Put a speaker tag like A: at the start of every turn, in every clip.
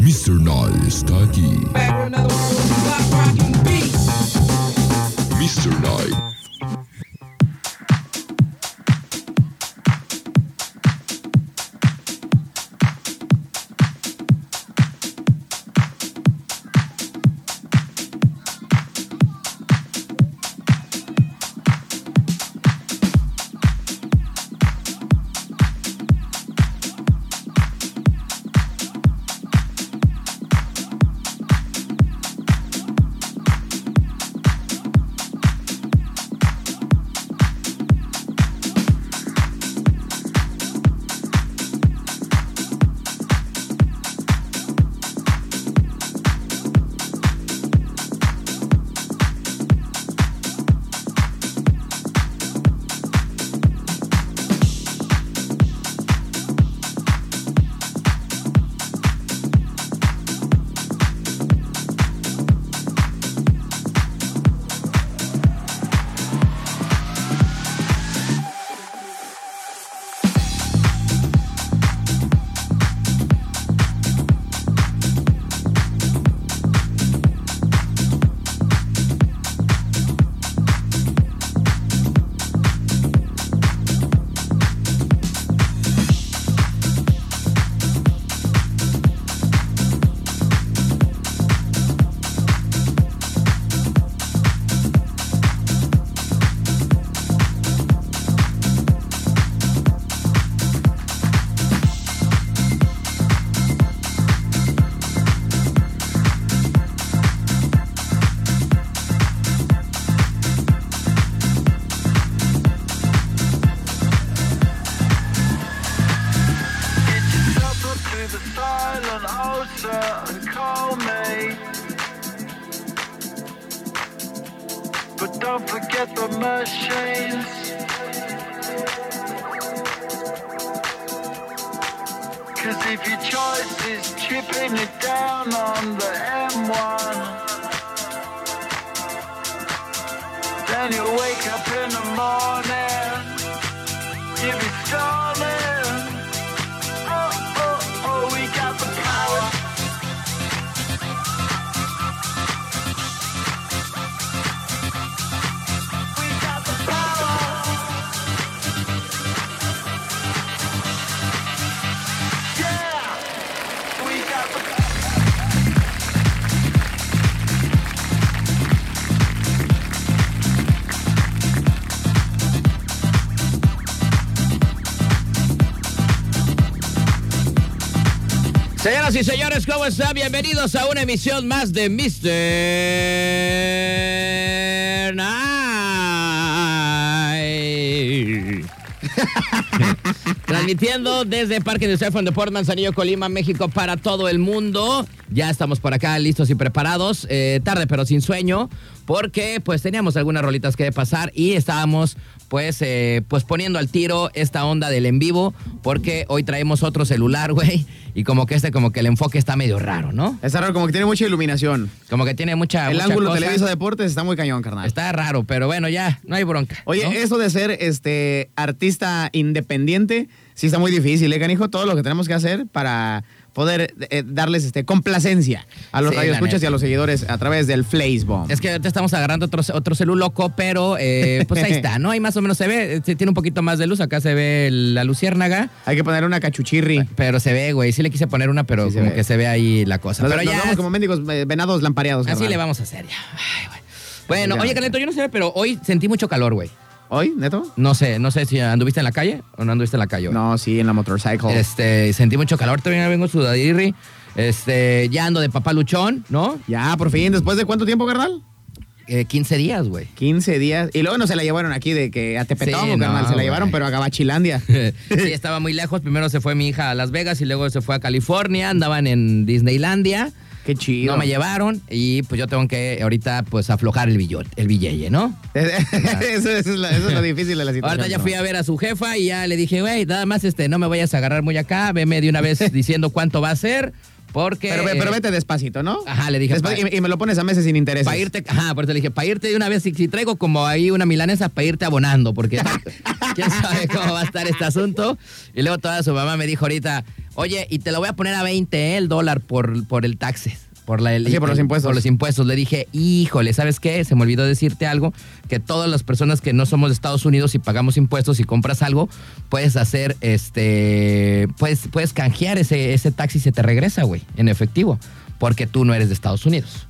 A: Mr. Night está aquí. Mr. Night.
B: Señoras y señores, ¿cómo están? Bienvenidos a una emisión más de Mr. Night. Transmitiendo desde Parque de Cefón de Port Manzanillo, Colima, México, para todo el mundo. Ya estamos por acá, listos y preparados. Eh, tarde, pero sin sueño. Porque pues teníamos algunas rolitas que pasar y estábamos pues, eh, pues poniendo al tiro esta onda del en vivo, porque hoy traemos otro celular, güey, y como que este, como que el enfoque está medio raro, ¿no?
C: Está raro, como que tiene mucha iluminación.
B: Como que tiene mucha.
C: El
B: mucha
C: ángulo
B: cosa.
C: Televisa Deportes está muy cañón, carnal.
B: Está raro, pero bueno, ya, no hay bronca.
C: Oye,
B: ¿no?
C: eso de ser este artista independiente sí está muy difícil, ¿eh, canijo? Todo lo que tenemos que hacer para poder eh, darles este, complacencia a los
B: Sí, la
C: radioescuchas
B: neta.
C: y a los seguidores a través del Facebook.
B: Es que ahorita estamos agarrando otro, otro celu loco, pero eh, pues ahí está, ¿no? Ahí más o menos se ve, eh, tiene un poquito más de luz, acá se ve la luciérnaga,
C: Hay que poner una cachuchirri.
B: pero se ve, güey, sí le quise poner una, pero
C: Sí se
B: como
C: ve.
B: que se ve ahí la cosa.
C: Nos,
B: pero
C: nos
B: ya,
C: vamos como mendigos eh, venados lampareados,
B: así
C: carnal.
B: le vamos a hacer ya. Ay, güey. Bueno,
C: Ya,
B: oye,
C: ya.
B: Carlito, yo no sé, pero hoy sentí mucho calor, güey.
C: ¿Hoy, neto?
B: No sé, no sé si anduviste en la calle o no anduviste en la calle. güey.
C: No, sí, en la motorcycle.
B: Este, sentí mucho calor, también vengo sudadirri. Este, ya ando de papá luchón, ¿no?
C: Ya, por fin. ¿Después de cuánto tiempo, carnal?
B: Eh, 15 días, güey.
C: 15 días. Y luego no se la llevaron aquí de que a Tepetongo,
B: Sí, no,
C: carnal. se la
B: güey.
C: llevaron, pero a Gabachilandia.
B: sí, estaba muy lejos. Primero se fue mi hija a Las Vegas y luego se fue a California. Andaban en Disneylandia.
C: Qué chido.
B: No me llevaron y pues yo tengo que ahorita pues aflojar el billete, el billete, ¿no?
C: eso, eso es la- eso es lo difícil de la situación.
B: Ahorita ya
C: ¿no?
B: fui a ver a su jefa y ya le dije, güey, nada más este, no me vayas a agarrar muy acá, veme de una vez diciendo cuánto va a ser, porque...
C: Pero, ve-
B: eh,
C: pero vete despacito, ¿no?
B: Ajá, le dije,
C: Despa-
B: pa-
C: y, y me lo pones a meses sin intereses.
B: Para irte, ajá, por eso le dije, para irte de una vez, si, si traigo como ahí una milanesa, para irte abonando, porque está- quién sabe cómo va a estar este asunto. Y luego toda su mamá me dijo ahorita, Oye, y te la voy a poner a 20 ¿eh? el dólar por, por el taxes. Por la, el-
C: Sí, por los
B: el-
C: impuestos.
B: Por los impuestos. Le dije, híjole, ¿sabes qué? Se me olvidó decirte algo, que todas las personas que no somos de Estados Unidos y pagamos impuestos y compras algo, puedes hacer, este, puedes, puedes canjear ese, ese taxi y se te regresa, güey, en efectivo, porque tú no eres de Estados Unidos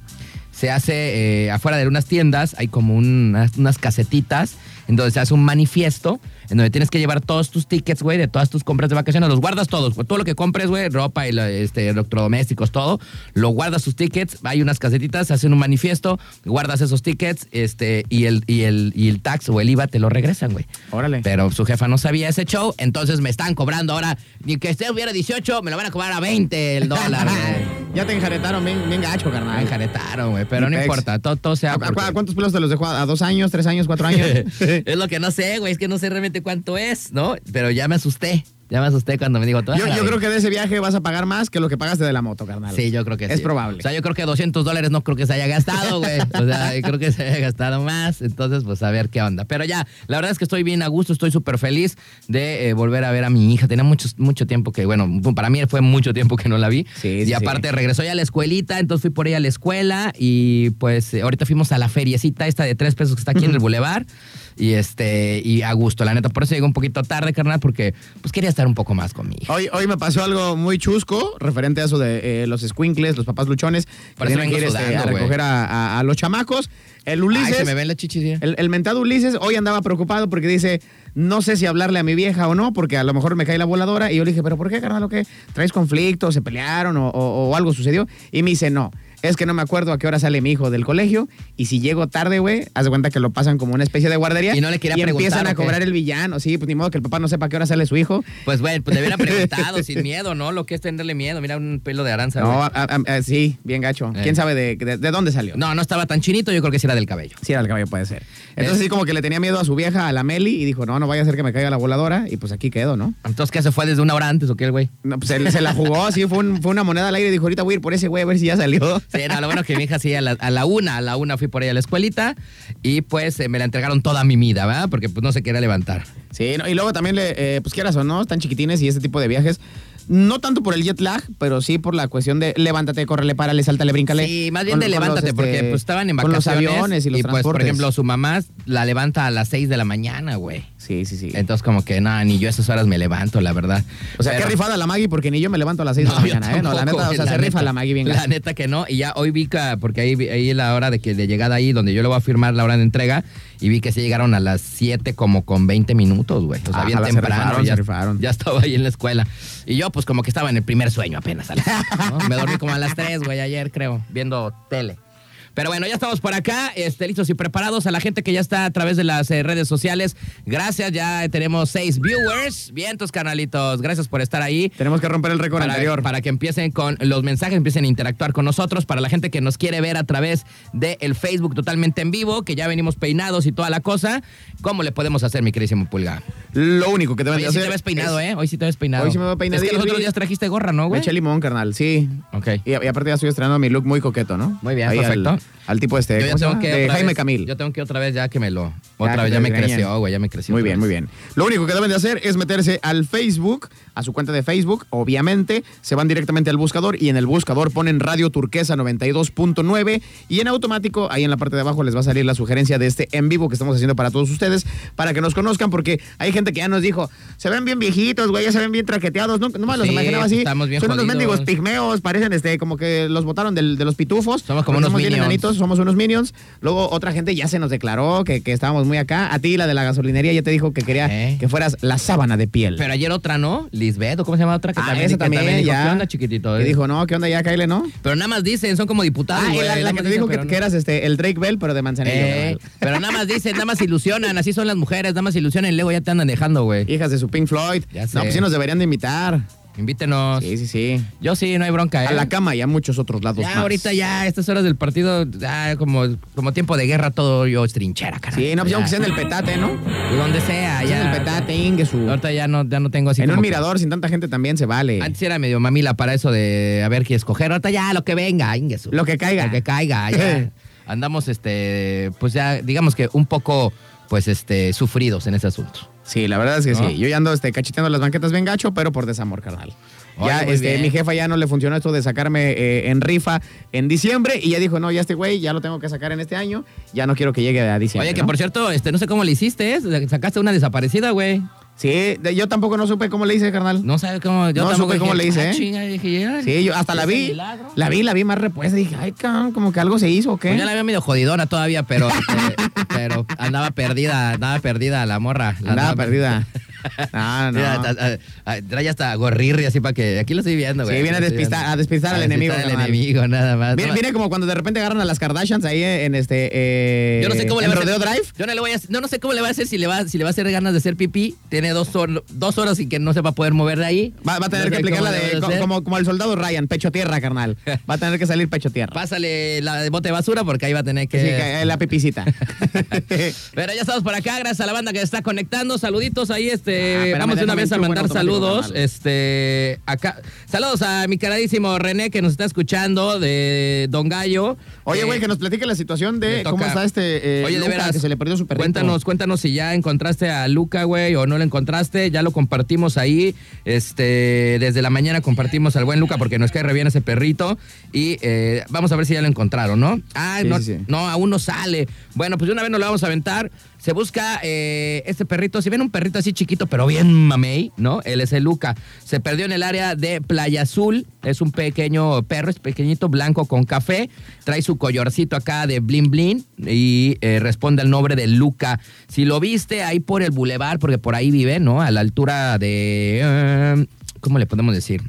B: se hace eh, afuera de unas tiendas, hay como un- unas, unas casetitas, en donde se hace un manifiesto, en donde tienes que llevar todos tus tickets, güey, de todas tus compras de vacaciones, los guardas todos, güey, todo lo que compres, güey, ropa, y la- este, electrodomésticos, todo, lo guardas tus tickets, hay unas casetitas, se hacen un manifiesto, guardas esos tickets, este, y el, y el, y el tax o el IVA te lo regresan, güey.
C: Órale.
B: Pero su jefa no sabía ese show, entonces me están cobrando ahora, ni que usted hubiera 18, me lo van a cobrar a 20 el dólar, güey.
C: ya te enjaretaron bien, bien gacho,
B: Ah,
C: carnal.
B: enjaretaron, güey, pero
C: Mi
B: no
C: pex.
B: importa, todo, todo se
C: ¿A,
B: va
C: a
B: porque-
C: cu- a cuántos pelos te los dejó? ¿A dos años, tres años, cuatro años?
B: es lo que no sé, güey, es que no sé realmente cuánto es, ¿no? Pero ya me asusté, ya me asusté cuando me dijo todo.
C: yo, yo creo que de ese viaje vas a pagar más que lo que pagaste de la moto, carnal.
B: Sí, yo creo que sí.
C: Es probable.
B: O sea, yo creo que 200 dólares no creo que se haya gastado, güey. O sea, yo creo que se haya gastado más. Entonces, pues a ver qué onda. Pero ya, la verdad es que estoy bien a gusto, estoy súper feliz de eh, volver a ver a mi hija. Tenía mucho, mucho tiempo que, bueno, para mí fue mucho tiempo que no la vi.
C: Sí,
B: y
C: sí,
B: aparte regresó ya a la escuelita, entonces fui por ella a la escuela y pues eh, ahorita fuimos a la feriecita esta de tres pesos que está aquí en el bulevar. Y este, y a gusto, la neta. Por eso llegué un poquito tarde, carnal, porque pues quería estar un poco más con mi hija.
C: Hoy, hoy me pasó algo muy chusco referente a eso de eh, los squinkles, los papás luchones, que
B: Por eso
C: tienen que ir
B: vengo
C: este, a
B: sudando, güey.
C: recoger a, a- a los chamacos. El
B: Ay,
C: Ulises,
B: se me ven las chichis. ya.
C: el, el mentado Ulises, hoy andaba preocupado porque dice, no sé si hablarle a mi vieja o no, porque a lo mejor me cae la voladora. Y yo le dije, ¿pero por qué, carnal? ¿O qué? ¿Traes conflicto? ¿Se pelearon? O, o- o algo sucedió? Y me dice, no. Es que no me acuerdo a qué hora sale mi hijo del colegio y si llego tarde, güey, haz de cuenta que lo pasan como una especie de guardería
B: Y no le quería
C: empiezan
B: preguntar,
C: a
B: ¿o qué?
C: cobrar el villano, sí, pues ni modo que el papá no sepa a qué hora sale su hijo
B: Pues, güey, pues te hubiera preguntado sin miedo, ¿no? Lo que es tenerle miedo. Mira un pelo de aranza,
C: No,
B: güey.
C: a- a- a- sí, bien gacho.
B: Eh.
C: ¿Quién sabe de, de- de dónde salió?
B: No, no estaba tan chinito, yo creo que sí era del cabello.
C: Sí, era el caballo, puede ser. Entonces
B: Eh.
C: sí, como que le tenía miedo a su vieja, a la Meli, y dijo, no, no vaya a ser que me caiga la voladora, y pues aquí quedo, ¿no?
B: Entonces, ¿qué? ¿Se fue desde una hora antes o qué, el güey?
C: No, pues él se la jugó, sí, fue, un- fue una moneda al aire, dijo, ahorita voy a ir por ese güey a ver si ya salió.
B: Sí, no, lo bueno que mi hija sí, a la, a la una, a la una fui por ella a la escuelita y pues eh, me la entregaron toda mi vida, ¿verdad? Porque pues no se quería levantar.
C: Sí, no, y luego también, le, eh, pues quieras o no, están chiquitines y este tipo de viajes. No tanto por el jet lag, pero sí por la cuestión de levántate, córrele, párale, sáltale, bríncale.
B: Sí, más bien
C: Con-
B: de
C: con los,
B: levántate,
C: este,
B: porque pues estaban en
C: Con los
B: vacaciones.
C: aviones y los
B: pues, por
C: transportes.
B: ejemplo, su mamá la levanta a las seis de la mañana, güey.
C: Sí, sí, sí.
B: Entonces, como que nada, ni yo a esas horas me levanto, la verdad.
C: o sea,
B: Pero-
C: qué rifada la Maggie, porque ni yo me levanto a las 6 de la
B: No, yo
C: mañana, ¿eh? No, la
B: tampoco,
C: neta, o
B: güey,
C: sea, se rifa
B: neta.
C: la Maggie bien
B: La
C: gacho.
B: neta que no. Y ya hoy vi que, porque ahí, vi- ahí la hora de que de llegada ahí, donde yo le voy a firmar la hora de entrega, y vi que se llegaron a las 7 como con 20 minutos, güey. O sea,
C: Ah,
B: bien
C: la se
B: temprano.
C: rifaron,
B: ya,
C: se rifaron.
B: ya estaba ahí en la escuela. Y yo, pues como que estaba en el primer sueño apenas. a las- ¿no? Me dormí como a las 3, güey, ayer creo, viendo tele. Pero bueno, ya estamos por acá, este, listos y preparados. A la gente que ya está a través de las eh, redes sociales, gracias, ya tenemos seis viewers. Vientos, canalitos, gracias por estar ahí
C: Tenemos que romper el récord
B: para,
C: anterior.
B: para que empiecen con los mensajes, empiecen a interactuar con nosotros. Para la gente que nos quiere ver a través del Facebook totalmente en vivo, que ya venimos peinados y toda la cosa, ¿cómo le podemos hacer, mi queridísimo Pulga?
C: Lo único que te van
B: Hoy
C: a
B: sí
C: hacer
B: te ves peinado,
C: es-
B: ¿eh? Hoy sí te ves peinado.
C: Hoy sí me veo peinadito, Eh,
B: Es que los otros
C: sí.
B: días trajiste gorra, ¿no,
C: Me
B: güey?
C: eché limón, carnal, sí.
B: Ok.
C: Y, y aparte ya estoy estrenando mi look muy coqueto, ¿no?
B: Muy bien,
C: Ahí
B: perfecto.
C: Al, al tipo este,
B: Yo ya
C: ¿cómo se
B: tengo
C: llama?
B: que
C: de
B: otra
C: Jaime
B: vez-
C: Camil. Ah,
B: Yo tengo que otra vez ya que me lo.
C: que
B: Otra vez
C: te
B: ya me
C: desgreñen.
B: creció, güey, ya me creció.
C: Muy
B: otra
C: bien, muy
B: vez.
C: bien. Lo único que deben de hacer es meterse al Facebook, a su cuenta de Facebook. Obviamente, se van directamente al buscador y en el buscador ponen Radio Turquesa 92.9 y en automático, ahí en la parte de abajo les va a salir la sugerencia de este en vivo que estamos haciendo para todos ustedes, para que nos conozcan, porque hay gente que ya nos dijo, se ven bien viejitos, güey, ya se ven bien traqueteados. No, no me los
B: Sí,
C: imaginaba así.
B: estamos bien
C: Son unos
B: jodidos.
C: mendigos pigmeos, parecen este, como que los botaron del- de los pitufos.
B: Somos como
C: Porque
B: unos
C: bien
B: minions.
C: enanitos, somos unos minions. Luego otra gente ya se nos declaró que, que estábamos muy acá. A ti, la de la gasolinería, ya te dijo que quería
B: Eh.
C: que fueras la sábana de piel.
B: Pero ayer otra, ¿no? Lisbeth, ¿o ¿cómo se llama otra? Que
C: Ah,
B: también,
C: esa
B: que también dijo,
C: ya.
B: ¿qué onda, chiquitito? eh.
C: Y dijo, no, ¿qué onda ya, Kyle, no?
B: Pero nada más dicen, son como diputados,
C: Ah, y
B: güey.
C: la, la
B: nada
C: que
B: más
C: te
B: dicen,
C: dijo que,
B: pero no.
C: que eras este, el Drake Bell, pero de manzanillo.
B: Eh,
C: carnal.
B: pero nada más dicen, nada más ilusionan, así son las mujeres, nada más ilusionan y luego ya te andan dejando, güey.
C: Hijas de su Pink Floyd.
B: Ya sé.
C: No, pues sí nos deberían de invitar.
B: Invítenos.
C: Sí, sí, sí.
B: Yo sí, no hay bronca, ¿eh?
C: A la cama y a muchos otros lados
B: ya
C: más.
B: ahorita ya, a estas horas del partido, ya como, como tiempo de guerra, todo yo es trinchera, cara.
C: Sí, no, pues ya aunque sea en
B: en
C: el petate, ¿no?
B: el... Donde sea,
C: Ya en
B: ya.
C: el petate, ingue su-
B: Ahorita ya no, ya no tengo así
C: en un
B: como que-
C: mirador sin tanta gente también se vale.
B: Antes era medio mamila para eso de a ver qué escoger. Ahorita ya, lo que venga, ingesu.
C: Lo que caiga.
B: Lo que caiga, ya. Andamos, este, pues ya, digamos que un poco, pues, este, sufridos en ese asunto.
C: Sí, la verdad es que
B: ¿No?
C: sí. Yo ya ando este, cacheteando las banquetas bien gacho, pero por desamor, carnal.
B: Oye,
C: ya
B: muy
C: este,
B: bien.
C: mi jefa ya no le funcionó esto de sacarme eh, en rifa en diciembre y ya dijo, no, ya este güey ya lo tengo que sacar en este año, ya no quiero que llegue a diciembre.
B: Oye, que
C: ¿no?
B: por cierto, este, no sé cómo le hiciste, ¿eh? sacaste una desaparecida, güey.
C: Sí, de- yo tampoco no supe cómo le hice, carnal.
B: No sabes cómo. Yo
C: No
B: tampoco
C: supe cómo
B: dije,
C: le hice,
B: "Ah,
C: ¿eh?"
B: chinga", dije, "Ya, este,
C: Sí, yo hasta la
B: ese
C: vi,
B: milagro.
C: la vi, la vi más repuesta, dije, ay, cabrón, como que algo se hizo, ¿o
B: Pues yo
C: ¿qué?
B: la había medio jodidona todavía, pero, este, pero andaba perdida, andaba perdida la morra. La
C: Andaba perdida. Ah, no.
B: Sí, a- a- a- a- trae hasta gorrirri así para que. Aquí lo estoy viendo,
C: Sí,
B: güey.
C: viene a
B: Lo estoy
C: despistar-
B: viendo.
C: a despistar al enemigo,
B: Al
C: carnal.
B: enemigo, nada más.
C: Viene,
B: ah, No,
C: viene como cuando de repente agarran a las Kardashians ahí en este. eh,
B: Yo no sé cómo le
C: en
B: va a
C: Rodeo
B: hacer-
C: Drive.
B: Yo no le voy a hacer- no, no sé cómo le va a hacer si le va, si le va a hacer ganas de hacer pipí. Tiene dos, hor- dos horas y que no se va a poder mover de ahí.
C: Va, va a tener
B: No
C: que
B: sé
C: aplicar
B: cómo
C: la
B: le vas
C: de.
B: a
C: co-
B: hacer.
C: Como, como el soldado Ryan, pecho tierra, carnal. Va a tener que salir pecho tierra.
B: Pásale la de bote de basura porque ahí va a tener que.
C: Sí, que- eh, la pipicita.
B: Pero ya estamos por acá, gracias a la banda que se está conectando. Saluditos ahí,
C: Ah,
B: este.
C: espérame,
B: vamos de una
C: déjame
B: vez a
C: enchufe en
B: mandar
C: automático,
B: saludos.
C: carnal.
B: Este. Acá. Saludos a mi caradísimo René que nos está escuchando de Don Gallo.
C: Oye,
B: Eh,
C: güey, que nos platique la situación
B: le
C: de
B: toca.
C: cómo está este. eh,
B: Oye, de
C: Luca,
B: veras.
C: Que se le perdió su perrito.
B: Cuéntanos, cuéntanos si ya encontraste a Luca, güey, o no lo encontraste. Ya lo compartimos ahí. Este, desde la mañana compartimos al buen Luca porque nos cae re bien ese perrito. Y eh, vamos a ver si ya lo encontraron, ¿no? Ah,
C: Sí,
B: no,
C: sí, sí.
B: no, aún no sale. Bueno, pues de una vez nos lo vamos a aventar. Se busca eh, este perrito. Si ven un perrito así chiquito, pero bien mamey, ¿no? Él es el Luca. Se perdió en el área de Playa Azul. Es un pequeño perro, es pequeñito, blanco con café. Trae su collarcito acá de blin blin y eh, responde al nombre de Luca. Si lo viste ahí por el bulevar, porque por ahí vive, ¿no? A la altura de. eh, ¿Cómo le podemos decir?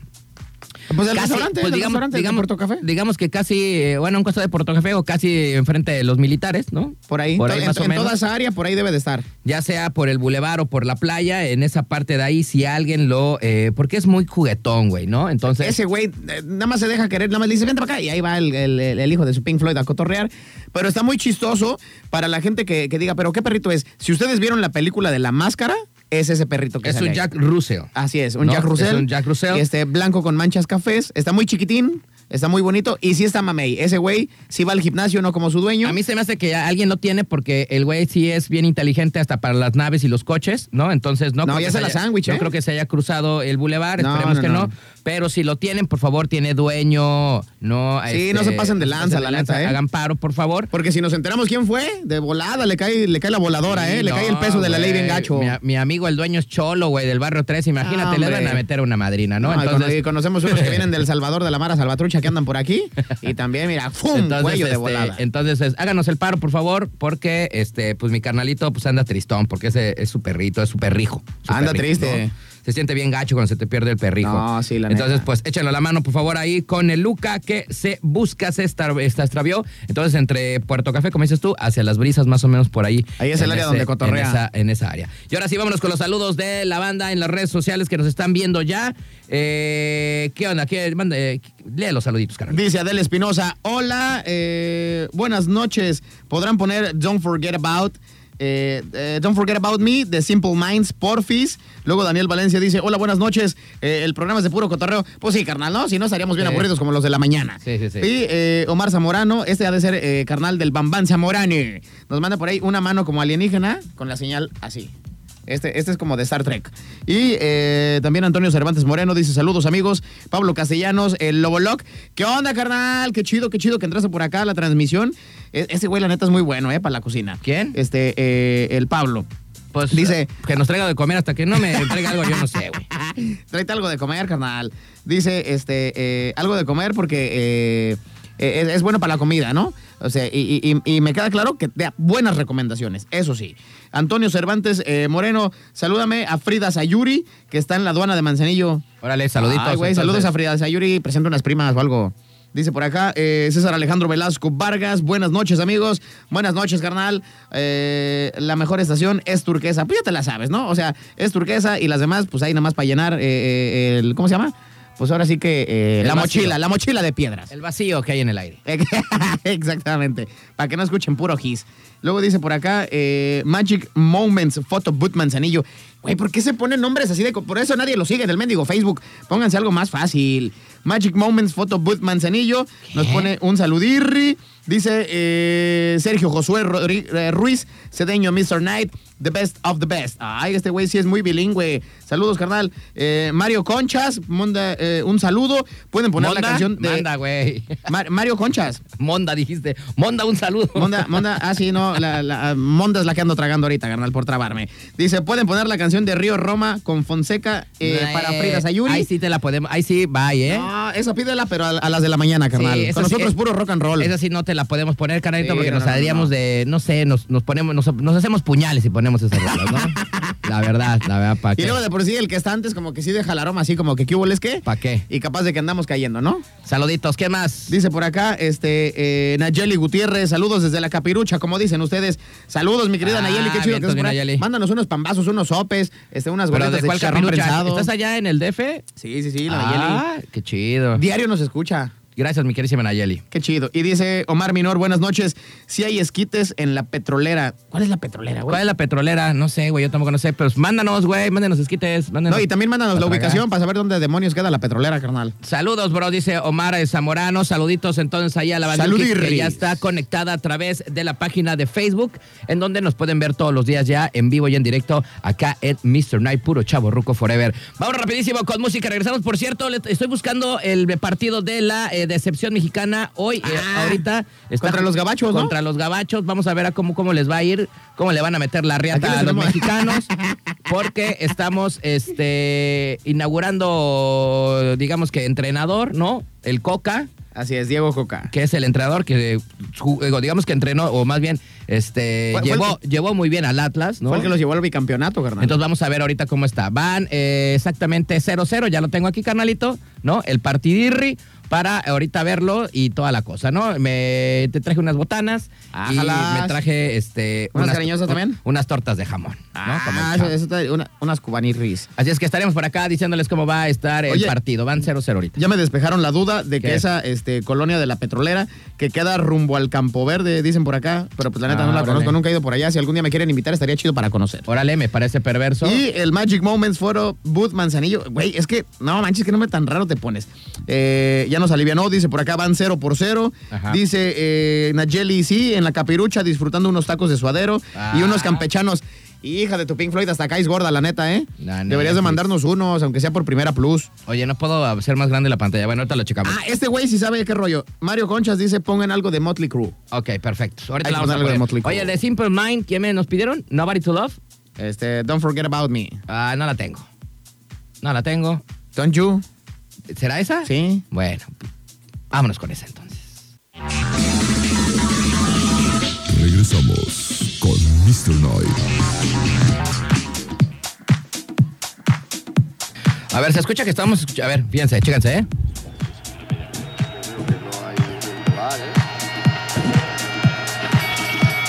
C: Pues el
B: Casi,
C: restaurante,
B: pues
C: el
B: digamos,
C: restaurante de
B: digamos-
C: Puerto Café.
B: Digamos que casi, eh, bueno, en costa de Puerto Café o casi enfrente de los militares, ¿no?
C: Por ahí.
B: Por ahí
C: en,
B: más o
C: en
B: menos.
C: toda esa área, por ahí debe de estar.
B: Ya sea por el bulevar o por la playa, en esa parte de ahí, si alguien lo. eh, porque es muy juguetón, güey, ¿no? Entonces.
C: Ese güey eh, nada más se deja querer, nada más le dice, vente para acá. Y ahí va el, el- el- el hijo de su Pink Floyd a cotorrear. Pero está muy chistoso para la gente que, que diga, pero ¿qué perrito es? Si ustedes vieron la película de La Máscara, es ese perrito que
B: es
C: sale
B: un
C: ahí.
B: Jack Russell.
C: Así es, un
B: ¿No?
C: Jack
B: Es
C: Russell.
B: un Jack Russell.
C: Este blanco con manchas cafés. Está muy chiquitín, está muy bonito. Y sí está mamey. Ese güey sí va al gimnasio, no como su dueño.
B: A mí se me hace que alguien lo tiene porque el güey sí es bien inteligente hasta para las naves y los coches, ¿no? Entonces no.
C: No,
B: creo
C: ya
B: que
C: se la
B: haya-
C: sándwich,
B: No
C: ¿eh?
B: creo que se haya cruzado el bulevar,
C: No,
B: esperemos
C: no,
B: que no.
C: no.
B: Pero si lo tienen, por favor, tiene dueño, no.
C: Sí, no se pasen de lanza, la neta, ¿eh?
B: Hagan paro, por favor.
C: Porque si nos enteramos quién fue, de volada le cae, le cae la voladora, ¿eh? Le
B: Sí,
C: cae el
B: no,
C: peso de la ley bien
B: güey.
C: gacho.
B: Mi, a- mi amigo, el dueño es cholo, güey, del barrio 3. Imagínate,
C: Ah,
B: le van
C: hombre.
B: a meter una madrina, ¿no?
C: No, y cono- y conocemos unos que vienen del Salvador de la Mara Salvatrucha que andan por aquí. Y también, mira, ¡fum! cuello de
B: este,
C: volada.
B: entonces es- háganos el paro, por favor, porque este, pues mi carnalito pues anda tristón, porque ese es su perrito, es su perrijo. su
C: Anda
B: perrijo,
C: triste.
B: ¿no? Se siente bien gacho cuando se te pierde el perrijo.
C: No, sí, la
B: Entonces,
C: neta.
B: pues échenlo la mano, por favor, ahí con el Luca que se busca, se estar- se extravió. Entonces, entre Puerto Café, como dices tú, hacia las brisas, más o menos por ahí.
C: Ahí es el
B: en
C: área donde cotorrea.
B: En esa, en esa área. Y ahora sí, vámonos con los saludos de la banda en las redes sociales que nos están viendo ya. Eh, ¿Qué onda? ¿Qué, manda, eh, lee los saluditos, carnal.
C: Dice Adel Espinosa, hola, eh, buenas noches. Podrán poner Don't Forget About. eh, eh, Don't Forget About Me, de Simple Minds, Porfis. Luego Daniel Valencia dice, hola, buenas noches. eh, el programa es de puro cotorreo. Pues sí, carnal, ¿no? Si no, estaríamos bien
B: Sí.
C: aburridos como los de la mañana.
B: Sí, sí, sí.
C: Y eh, Omar Zamorano, este ha de ser eh, carnal del Bambán Zamorani. Nos manda por ahí una mano como alienígena con la señal así. Este, este es como de Star Trek. Y eh, también Antonio Cervantes Moreno dice saludos amigos. Pablo Castellanos, el Loboloc. ¿Qué onda, carnal? Qué chido, qué chido que entraste por acá a la transmisión. E- ese güey, la neta, es muy bueno, ¿eh? Para la cocina.
B: ¿Quién?
C: Este, eh, el Pablo.
B: Pues dice
C: Dice-
B: que nos traiga de comer hasta que no me entregue algo, yo no sé, güey.
C: Tráete algo de comer, carnal. Dice, este, eh, algo de comer porque eh, eh, es, es bueno para la comida, ¿no? O sea, y, y- y- y me queda claro que te da buenas recomendaciones, eso sí. Antonio Cervantes eh, Moreno, salúdame a Frida Sayuri, que está en la aduana de Manzanillo.
B: Órale, saluditos.
C: Ay, güey,
B: entonces.
C: saludos a Frida Sayuri, presenta unas primas o algo. Dice por acá eh, César Alejandro Velasco Vargas, buenas noches amigos, buenas noches carnal, Eh, la mejor estación es turquesa, pues ya te la sabes, ¿no? O sea, es turquesa y las demás pues ahí nada más para llenar eh, eh, el, ¿cómo se llama? Pues ahora sí que eh,
B: El
C: la
B: vacío.
C: mochila, la mochila de piedras.
B: El vacío que hay en el aire.
C: Exactamente, para que no escuchen puro his. Luego dice por acá eh, Magic Moments Photo Boot Manzanillo. Güey, ¿por qué se ponen nombres así de.? co- Por eso nadie lo sigue del mendigo Facebook. Pónganse algo más fácil. Magic Moments Photo Booth Manzanillo nos pone un saludirri. Dice eh, Sergio Josué Rodri- eh, Ruiz, Cedeño Mr. Knight, The Best of the Best. Ay, este güey sí es muy bilingüe. Saludos, carnal. Eh, Mario Conchas, manda, eh, un saludo. Pueden poner
B: Monda,
C: la canción de.
B: Manda, güey.
C: Ma- Mario Conchas.
B: Monda, dijiste. Monda, un saludo.
C: Monda, Monda, ah, sí, no, la, la- ah, Monda es la que ando tragando ahorita, carnal, por trabarme. Dice, ¿pueden poner la canción de Río Roma con Fonseca eh,
B: Eh,
C: para Frida Sayuri?
B: Ahí sí te la podemos. Ahí sí, bye, ¿eh?
C: No, esa pídela, pero a, a las de la mañana, carnal.
B: Sí, esa
C: Con
B: sí,
C: nosotros
B: eh,
C: puro rock and roll.
B: Esa sí no te la podemos poner, carnalito,
C: Sí,
B: porque
C: no,
B: nos
C: no, no,
B: daríamos
C: no.
B: de, no sé, nos, nos ponemos, nos, nos hacemos puñales y ponemos esas rolas, ¿no? la verdad, la verdad, para
C: y
B: qué.
C: luego de por sí, el que está antes como que sí deja el aroma así como que ¿qué hubo, es qué?
B: ¿Pa' qué?
C: Y capaz de que andamos cayendo, ¿no?
B: Saluditos, ¿qué más?
C: Dice por acá, este, eh, Nayeli Gutiérrez, saludos desde la capirucha, como dicen ustedes. Saludos, mi querida
B: Ah,
C: Nayeli, qué chido
B: bien,
C: que estás
B: mi
C: por ahí.
B: Nayeli.
C: Mándanos unos pambazos, unos sopes, este, unas
B: Pero
C: gorritas
B: de
C: de
B: cuál
C: chicharrón
B: capirucha?
C: prensado.
B: ¿Estás allá en el DF?
C: Sí, sí, sí, la Nayeli.
B: Ah, qué chido.
C: Diario nos escucha.
B: Gracias, mi querísima Nayeli.
C: Qué chido. Y dice Omar Minor, buenas noches. Si hay esquites en la petrolera. ¿Cuál es la petrolera,
B: ¿Cuál es la petrolera? No sé, güey, yo tampoco no sé, pero mándanos, güey, mándanos esquites, mándanos.
C: No, y también mándanos la
B: Para acá.
C: ubicación para saber dónde demonios queda la petrolera, carnal.
B: Saludos, bro, dice Omar eh, Zamorano. Saluditos entonces ahí a la banda que,
C: Saludirris.
B: que ya está conectada a través de la página de Facebook, en donde nos pueden ver todos los días ya en vivo y en directo acá en Mr. Night, puro chavo ruco forever. Vamos rapidísimo con música. Regresamos, por cierto, le- estoy buscando el partido de la eh, decepción mexicana hoy, eh,
C: Ah,
B: ahorita.
C: contra los gabachos, ¿no?
B: Contra los gabachos. Vamos a ver a cómo, cómo les va a ir, cómo le van a meter la
C: Aquí
B: riata
C: les
B: a los
C: tenemos.
B: mexicanos porque estamos este inaugurando digamos que entrenador, ¿no? El Coca,
C: Así es, Diego Coca.
B: que es el entrenador que ju- digo, digamos que entrenó o más bien este
C: Fue- fue el
B: llevó
C: que-
B: llevó muy bien al Atlas, ¿no?
C: Fue el que los llevó al bicampeonato, carnal.
B: Entonces vamos a ver ahorita cómo está. Van eh, exactamente 0-0, ya lo tengo aquí, carnalito, ¿no? El partidirri para ahorita verlo y toda la cosa, ¿no? Me te traje unas botanas y
C: Ájalas.
B: me traje este
C: ¿Unas cariñosas también?
B: Unas tortas de jamón, ¿no? Como el
C: ah,
B: chavo.
C: eso- eso está- una- unas cubanirris.
B: Así es que estaremos por acá diciéndoles cómo va a estar el
C: Oye.
B: partido. Van 0-0 ahorita.
C: Ya me despejaron la duda de que
B: ¿Qué?
C: esa este, colonia de la petrolera que queda rumbo al Campo Verde, dicen por acá, pero pues la neta
B: Ah,
C: no la
B: órale.
C: conozco, nunca he ido por allá. Si algún día me quieren invitar, estaría chido para conocer.
B: Órale, me parece perverso.
C: Y el Magic Moments Photo Booth Manzanillo. Güey, es que, no manches, qué nombre tan raro te pones. Eh, ya nos alivianó, dice por acá van 0 por 0.
B: Ajá.
C: Dice eh, Nayeli, sí, en la capirucha disfrutando unos tacos de suadero
B: Ah.
C: y unos campechanos. Hija de tu Pink Floyd, hasta acá es gorda, la neta, ¿eh?
B: La
C: Deberías
B: neta.
C: de mandarnos unos, aunque sea por primera plus.
B: Oye, no puedo hacer más grande la pantalla. Bueno, ahorita lo checamos.
C: Ah, este güey sí sabe qué rollo. Mario Conchas dice, pongan algo de Motley Crue.
B: Ok, perfecto. Ahorita
C: Hay
B: la
C: que
B: vamos a
C: ponerle
B: poner.
C: de Motley Crue.
B: Oye, el de Simple Mind, ¿quién me nos pidieron? Nobody to Love.
C: Este, don't forget about me.
B: Ah, no la tengo. No la tengo.
C: Don't you?
B: ¿Será esa?
C: Sí.
B: Bueno, vámonos con esa entonces.
A: Regresamos con Mr. Night.
B: A ver, se escucha que estamos. escucha- A ver, fíjense, chéquense, ¿eh?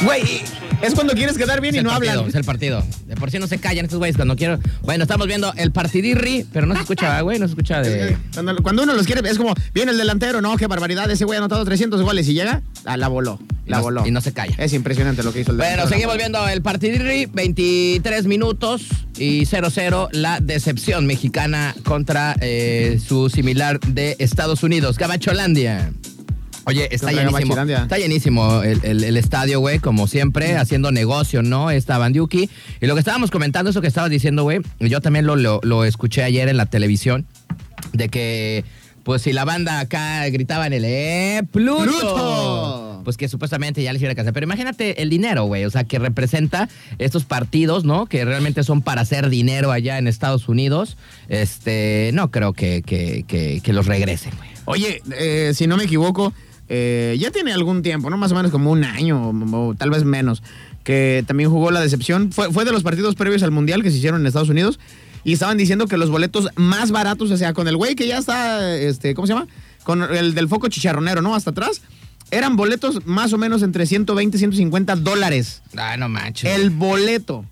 C: Güey, es cuando quieres quedar bien
B: Es
C: y
B: el
C: no
B: partido,
C: hablan.
B: Es el partido. De por sí no se callan estos güeyes cuando quiero. Bueno, estamos viendo el partidirri, pero no se escucha, ¿verdad, güey, no se escucha de.
C: Cuando, cuando uno los quiere, es como, viene el delantero, no, qué barbaridad, ese güey ha anotado 300 goles y llega, ah, la voló,
B: Y
C: la
B: no-
C: voló.
B: y no se calla.
C: Es impresionante lo que hizo el
B: Bueno,
C: delantero.
B: seguimos viendo el partidirri, 23 minutos y 0-0 la decepción mexicana contra eh, su similar de Estados Unidos, Gabacholandia. Oye, está
C: Contra
B: llenísimo,
C: Gabachilandia.
B: está llenísimo el, el- el estadio, güey, como siempre, haciendo negocio, ¿no? Esta Bandiuki. Y lo que estábamos comentando, eso que estabas diciendo, güey, yo también lo- lo- lo escuché ayer en la televisión de que pues si la banda acá gritaban el ¡Eh, Pluto!
C: ¡Pluto!
B: Pues que supuestamente ya les iba a casa. Pero imagínate el dinero, güey. O sea, que representa estos partidos, ¿no? Que realmente son para hacer dinero allá en Estados Unidos. Este, no creo que, que, que, que los regresen, güey.
C: Oye, eh, si no me equivoco, eh, ya tiene algún tiempo, ¿no? Más o menos como un año, o, o tal vez menos, que también jugó la decepción. Fue, fue de los partidos previos al Mundial que se hicieron en Estados Unidos y estaban diciendo que los boletos más baratos, o sea, con el güey que ya está, este, ¿cómo se llama? Con el del foco chicharronero, ¿no? Hasta atrás. Eran boletos más o menos entre 120 y 150 dólares.
B: Ah, no manches.
C: El boleto.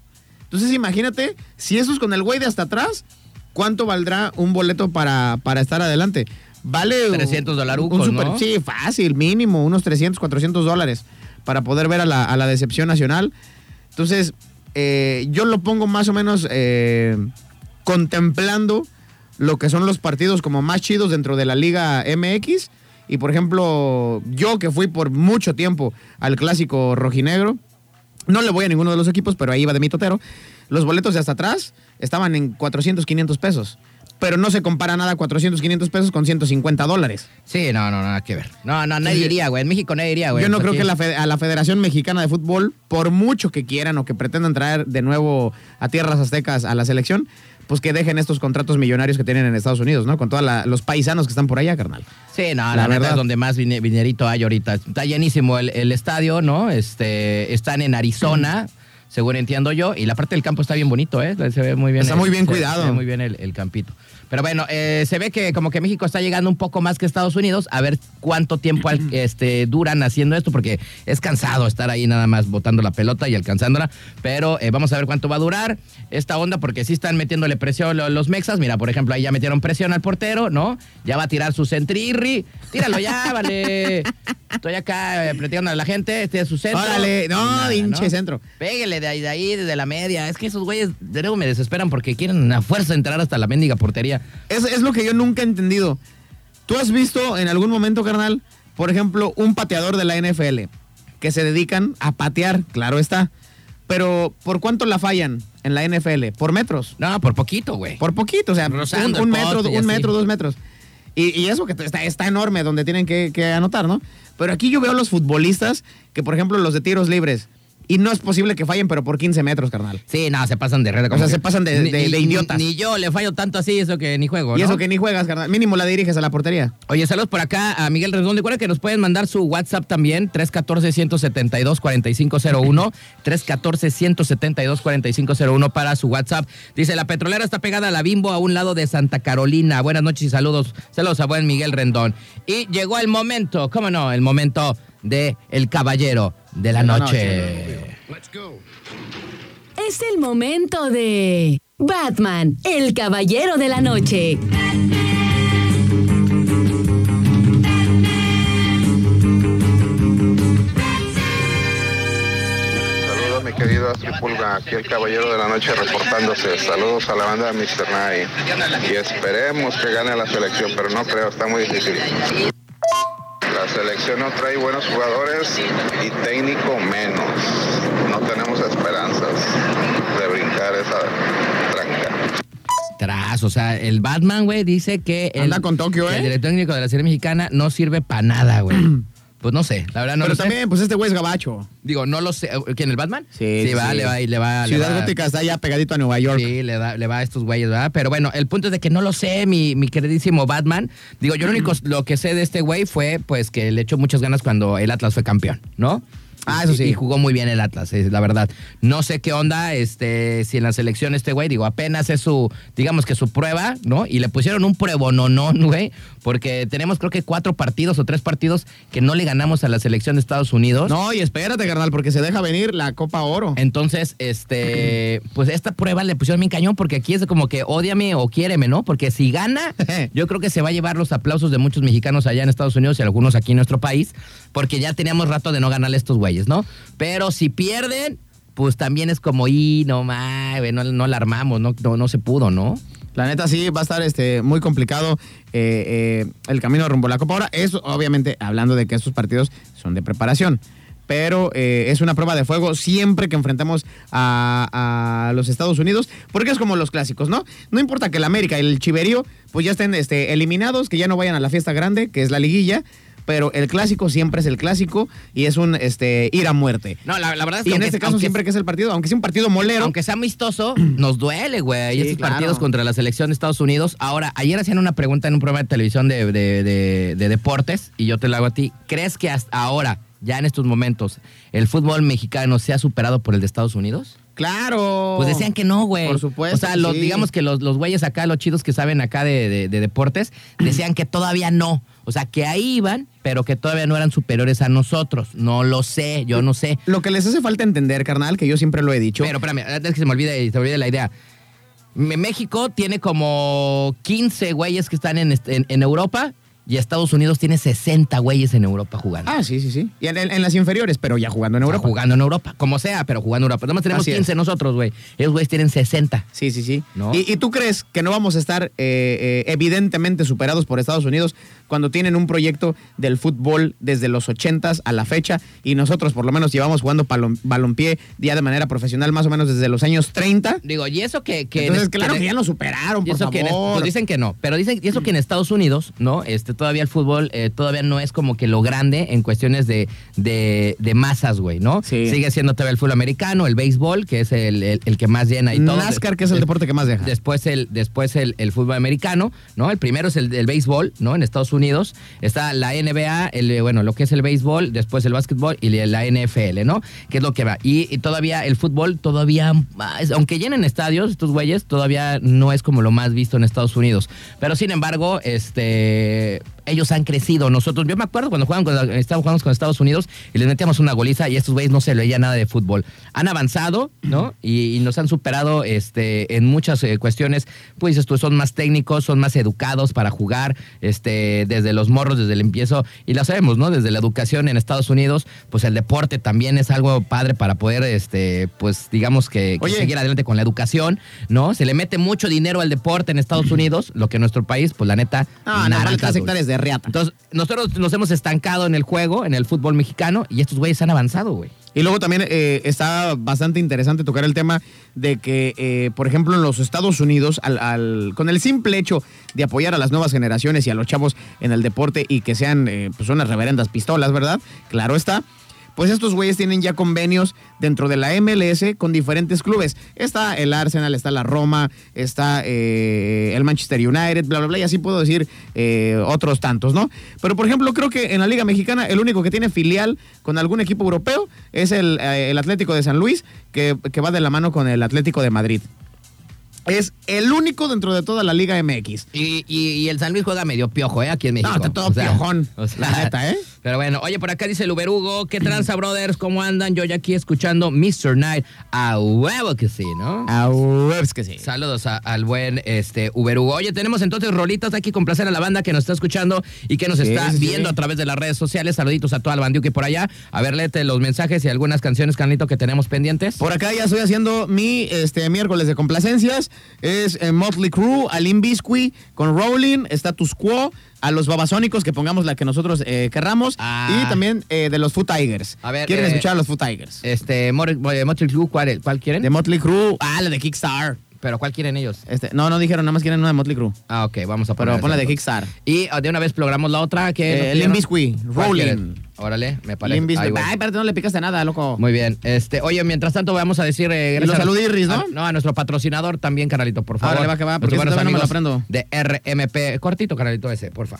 C: Entonces imagínate, si eso es con el güey de hasta atrás, ¿cuánto valdrá un boleto para, para estar adelante? Vale... un-
B: 300 dolarucos,
C: un super-
B: ¿no?
C: Sí, fácil, mínimo, unos 300, 400 dólares para poder ver a la, a la decepción nacional. Entonces, eh, yo lo pongo más o menos eh, contemplando lo que son los partidos como más chidos dentro de la Liga MX. Y por ejemplo, yo que fui por mucho tiempo al clásico rojinegro, no le voy a ninguno de los equipos, pero ahí iba de mi totero. Los boletos de hasta atrás estaban en 400, 500 pesos. Pero no se compara nada 400, 500 pesos con 150 dólares.
B: Sí, no, no, no, nada que ver. No, no, nadie
C: Sí.
B: iría, güey. En México nadie iría, güey.
C: Yo no creo
B: Porque-
C: que la fe- a la Federación Mexicana de Fútbol, por mucho que quieran o que pretendan traer de nuevo a tierras aztecas a la selección, pues que dejen estos contratos millonarios que tienen en Estados Unidos, ¿no? Con todos los paisanos que están por allá, carnal.
B: Sí, no, la,
C: La
B: verdad.
C: verdad.
B: es donde más vine- dinerito hay ahorita. Está llenísimo el, el estadio, ¿no? Este, están en Arizona, según entiendo yo, y la parte del campo está bien bonito, ¿eh? Se ve muy bien.
C: Está
B: el-
C: muy bien
B: se-
C: cuidado.
B: Se ve muy bien el, el campito. Pero bueno, eh, se ve que como que México está llegando un poco más que Estados Unidos, a ver cuánto tiempo al- este, duran haciendo esto, porque es cansado estar ahí nada más botando la pelota y alcanzándola, pero eh, vamos a ver cuánto va a durar esta onda, porque sí están metiéndole presión lo- los mexas, mira, por ejemplo, ahí ya metieron presión al portero, ¿no? Ya va a tirar su centrirri, tíralo ya, vale. Estoy acá eh, platicando a la gente, este es su centro.
C: Órale, no, hinche centro.
B: Pégale de ahí, de ahí, desde la media. Es que esos güeyes, de luego me desesperan porque quieren a fuerza entrar hasta la mendiga portería.
C: Es, es lo que yo nunca he entendido. ¿Tú has visto en algún momento, carnal, por ejemplo, un pateador de la NFL que se dedican a patear? Claro está. Pero ¿por cuánto la fallan en la NFL? ¿Por metros?
B: No, por poquito, güey.
C: Por poquito, o sea,
B: Rozando
C: un, un
B: el
C: metro,
B: poste y
C: un
B: así.
C: metro, dos metros. Y, y eso que está, está enorme donde tienen que, que anotar, ¿no? Pero aquí yo veo a los futbolistas que, por ejemplo, los de tiros libres. Y no es posible que fallen, pero por 15 metros, carnal.
B: Sí, no, se pasan de red.
C: sea, se pasan de- de- de idiotas.
B: Ni, yo le fallo tanto así, eso que ni juego,
C: Y
B: ¿no?
C: eso que ni juegas, carnal. Mínimo la diriges a la portería.
B: Oye, saludos por acá a Miguel Redondo. Recuerda que nos pueden mandar su WhatsApp también, 314-172-4501, 314-172-4501 para su WhatsApp. Dice, la petrolera está pegada a la Bimbo a un lado de Santa Carolina. Buenas noches y saludos. Saludos a buen Miguel Rendón. Y llegó el momento, cómo no, el momento de El Caballero de la
C: De la
B: Noche.
D: Es el momento de Batman, el Caballero de la Noche.
E: Saludos mi querido Astro Pulga, aquí el caballero de la noche reportándose. Saludos a la banda de Mr. Night. Y esperemos que gane la selección, pero no creo, está muy difícil. La selección no trae buenos jugadores y técnico menos. No tenemos esperanzas de brincar esa tranca.
B: Tras, o sea, el Batman, güey, dice que el,
C: Anda con Tokio,
B: que
C: ¿eh?
B: el director técnico de la serie mexicana no sirve para nada, güey. Pues no sé, la verdad no
C: pero
B: lo sé.
C: también, pues este güey es gabacho.
B: Digo, no lo sé. ¿Quién, el Batman?
C: Sí,
B: Sí, va,
C: sí.
B: le va, y le va. le
C: Ciudad
B: va.
C: Gótica está ya pegadito a Nueva York.
B: Sí, le, da- le va a estos güeyes, ¿verdad? Pero bueno, el punto es de que no lo sé, mi, mi queridísimo Batman. Digo, yo lo único lo que sé de este güey fue pues que le echó muchas ganas cuando el Atlas fue campeón, ¿no?
C: Ah, eso
B: Y-
C: sí.
B: Y jugó muy bien el Atlas, es la verdad. No sé qué onda, este, si en la selección este güey, digo, apenas es su, digamos que su prueba, ¿no? Y le pusieron un pruebononón, güey, porque tenemos creo que cuatro partidos o tres partidos que no le ganamos a la selección de Estados Unidos.
C: No, y espérate, carnal, porque se deja venir la Copa Oro.
B: Entonces, este, pues esta prueba le pusieron bien cañón porque aquí es como que odiame o quiéreme, ¿no? Porque si gana, yo creo que se va a llevar los aplausos de muchos mexicanos allá en Estados Unidos y algunos aquí en nuestro país, porque ya teníamos rato de no ganarle a estos güeyes, ¿no? Pero si pierden, pues también es como, y no mames, güey, no, no la armamos, no, no, no se pudo, ¿no?
C: La neta sí va a estar este, muy complicado eh, eh, el camino rumbo a la Copa. Ahora, eso obviamente hablando de que estos partidos son de preparación. Pero eh, es una prueba de fuego siempre que enfrentamos a, a los Estados Unidos, porque es como los clásicos, ¿no? No importa que el América y el Chiverío pues ya estén este, eliminados, que ya no vayan a la fiesta grande, que es la liguilla, pero el clásico siempre es el clásico y es un este, ir a muerte.
B: No, la, la verdad es que
C: Y en
B: aunque-
C: este caso
B: aunque-
C: siempre que es el partido, aunque sea un partido molero,
B: Aunque sea amistoso, nos duele, güey.
C: Sí,
B: estos
C: claro.
B: partidos contra la selección de Estados Unidos. Ahora, ayer hacían una pregunta en un programa de televisión de, de- de- de deportes y yo te la hago a ti. ¿Crees que hasta ahora, ya en estos momentos, el fútbol mexicano se ha superado por el de Estados Unidos?
C: claro.
B: Pues decían que no, güey.
C: Oh, Por supuesto
B: O sea,
C: que
B: los,
C: sí.
B: digamos que los, los güeyes acá, los chidos que saben acá de, de- de deportes, decían que todavía no. O sea, que ahí iban, pero que todavía no eran superiores a nosotros. No lo sé, yo no sé.
C: Lo que les hace falta entender, carnal, que yo siempre lo he dicho.
B: Pero espérame, antes que se me olvide, se me olvide la idea. Me- México tiene como 15 güeyes que están en, este- en, en Europa Y Estados Unidos tiene 60 güeyes en Europa jugando.
C: Ah, sí, sí, sí. Y en, en- en las inferiores, pero ya jugando en
B: O sea,
C: Europa.
B: jugando en Europa, como sea, pero jugando en Europa. Nada más tenemos
C: Así es.
B: 15 nosotros, güey. Ellos, güeyes, tienen 60.
C: Sí, sí, sí.
B: ¿No?
C: ¿Y, y tú crees que no vamos a estar eh, eh, evidentemente superados por Estados Unidos cuando tienen un proyecto del fútbol desde los 80s a la fecha y nosotros por lo menos llevamos jugando palom- balompié ya de manera profesional más o menos desde los años 30?
B: Digo, y eso que. que
C: Entonces,
B: en-
C: claro
B: en-
C: que ya lo superaron,
B: y
C: por
B: eso que en-
C: favor.
B: pues dicen que no, pero dicen y eso que en Estados Unidos, ¿no? Este, todavía el fútbol eh, todavía no es como que lo grande en cuestiones de, de, de masas, güey, ¿no?
C: Sí.
B: Sigue siendo todavía el fútbol americano, el béisbol, que es el, el- el que más llena y todo.
C: NASCAR, que es el deporte que más deja.
B: Después el, después el, el fútbol americano, ¿no? El primero es el del béisbol, ¿no? En Estados Unidos. Está la NBA, el, eh, bueno, lo que es el béisbol, después el básquetbol y la NFL, ¿no? Que es lo que va. Y, y todavía el fútbol, todavía, ah, es- aunque llenen estadios, estos güeyes, todavía no es como lo más visto en Estados Unidos. Pero sin embargo, este. Ellos han crecido. Nosotros, yo me acuerdo cuando jugaban con, estábamos jugando con Estados Unidos y les metíamos una goliza y a estos güeyes no se le veía nada de fútbol. Han avanzado, ¿no? Y, y nos han superado este, en muchas eh, cuestiones. Pues dices tú, son más técnicos, son más educados para jugar, este, desde los morros, desde el empiezo. Y la sabemos, ¿no? Desde la educación en Estados Unidos, pues el deporte también es algo padre para poder, este, pues digamos que, que
C: Oye.
B: seguir adelante con la educación, ¿no? Se le mete mucho dinero al deporte en Estados Unidos, lo que en nuestro país, pues la neta,
C: Ah, no,
B: naranjas,
C: naranjas,
B: güey.
C: hectáreas de reata.
B: Entonces, nosotros nos hemos estancado en el juego, en el fútbol mexicano, y estos güeyes han avanzado, güey.
C: Y luego también eh, está bastante interesante tocar el tema de que, eh, por ejemplo, en los Estados Unidos, al, al- con el simple hecho de apoyar a las nuevas generaciones y a los chavos en el deporte y que sean eh, pues unas reverendas pistolas, ¿verdad? Claro está. Pues estos güeyes tienen ya convenios dentro de la MLS con diferentes clubes. Está el Arsenal, está la Roma, está eh, el Manchester United, bla, bla, bla, y así puedo decir eh, otros tantos, ¿no? Pero, por ejemplo, creo que en la Liga Mexicana el único que tiene filial con algún equipo europeo es el, eh, el Atlético de San Luis, que, que va de la mano con el Atlético de Madrid. Es el único dentro de toda la Liga MX.
B: Y, y- y el San Luis juega medio piojo, ¿eh? Aquí en México.
C: No, está todo piojón, la neta, ¿eh?
B: Pero bueno, oye, por acá dice el Uberugo, ¿qué tranza, brothers? ¿Cómo andan? Yo ya aquí escuchando Mr. Night. A huevo que sí, ¿no?
C: A huevos que sí.
B: Saludos a- al buen este Uberugo. Oye, tenemos entonces rolitas aquí con placer a la banda que nos está escuchando y que nos
C: Sí,
B: está
C: sí, sí.
B: viendo a través de las redes sociales. Saluditos a toda la bandiuque por allá. A ver, léete los mensajes y algunas canciones, Carlito, que tenemos pendientes.
C: Por acá ya estoy haciendo mi este miércoles de complacencias. Es eh, Motley Crue, Alim Biscuit, con Rowling, Status Quo, a los babasónicos que pongamos la que nosotros eh, querramos.
B: Ah.
C: Y también eh, de los Foo Tigers.
B: A ver,
C: ¿Quieren
B: eh,
C: escuchar a los Foo Tigers?
B: Este, Mor- eh, Motley Crue, ¿cuál, cuál quieren?
C: de Motley Crue. Ah, la de Kickstar.
B: Pero ¿cuál quieren ellos?
C: Este, no, no dijeron, nada más quieren una de Motley Crue.
B: Ah, ok, vamos a poner.
C: Pero
B: esa
C: pon la de
B: entonces.
C: Kickstar.
B: Y ah, de una vez programamos la otra que.
C: Eh,
B: nos
C: Limp
B: pidieron.
C: Bizkit,
B: ¿Cuál
C: Rolling.
B: quieren? Órale, me parece.
C: Alim Biscuit.
B: Ay, güey.
C: Ay, espérate, no le picaste nada, loco.
B: Muy bien. Este, oye, mientras tanto vamos a decir eh,
C: Y los
B: a-
C: saludirris, ¿no?
B: a- no, a nuestro patrocinador también, Caralito, por favor.
C: Órale, va que va, porque
B: Nuestros
C: ese
B: buenos
C: todavía no me lo
B: amigos De RMP. Cortito, Caralito, ese, porfa.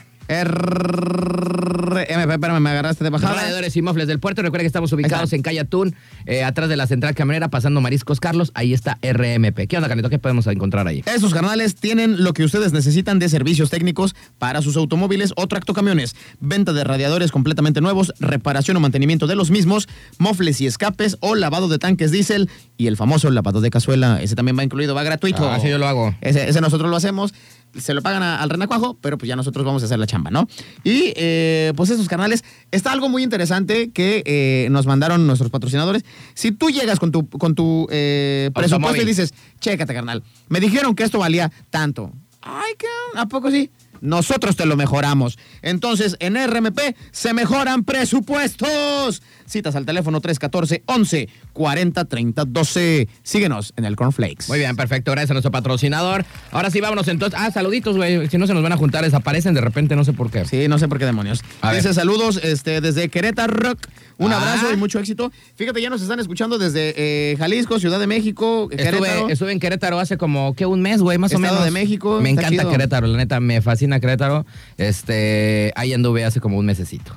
C: R- M, espérame, me agarraste de bajada.
B: Radiadores y mofles del puerto. Recuerda que estamos ubicados
C: está.
B: en Calle Atún, eh, atrás de la central camionera, pasando Mariscos Carlos. Ahí está RMP. ¿Qué onda, Caralito? ¿Qué podemos encontrar ahí?
C: Estos carnales tienen lo que ustedes necesitan de servicios técnicos para sus automóviles o tractocamiones, venta de radiadores completamente nuevos, reparación o mantenimiento de los mismos, mofles y escapes o lavado de tanques diésel y el famoso lavado de cazuela. Ese también va incluido, va gratuito.
B: Ah, ese yo lo hago.
C: Ese, ese nosotros lo hacemos. Se lo pagan a- al renacuajo, pero pues ya nosotros vamos a hacer la chamba, ¿no? Y eh, pues esos canales. Está algo muy interesante que eh, nos mandaron nuestros patrocinadores. Si tú llegas con tu, con tu eh, presupuesto
B: Automóvil.
C: y dices, chécate, carnal, me dijeron que esto valía tanto. Ay, cabrón, ¿a poco sí? Nosotros te lo mejoramos. Entonces, en RMP se mejoran presupuestos. Citas al teléfono 314 11 40 30 12. Síguenos en el Cornflakes.
B: Muy bien, perfecto. Gracias a nuestro patrocinador. Ahora sí, vámonos entonces. Ah, saluditos, güey. Si no se nos van a juntar, desaparecen de repente, no sé por qué.
C: Sí, no sé por qué demonios.
B: A
C: Dice
B: ver.
C: saludos este, desde Querétaro. Rock. Un
B: Ah.
C: abrazo y mucho éxito. Fíjate, ya nos están escuchando desde eh, Jalisco, Ciudad de México, eh, Querétaro.
B: Estuve, estuve en Querétaro hace como, ¿qué? Un mes, güey, más
C: Estado
B: o menos.
C: de México,
B: Me
C: está
B: encanta
C: chido.
B: Querétaro, la neta, me fascina Querétaro. Este, ahí anduve hace como un mesecito.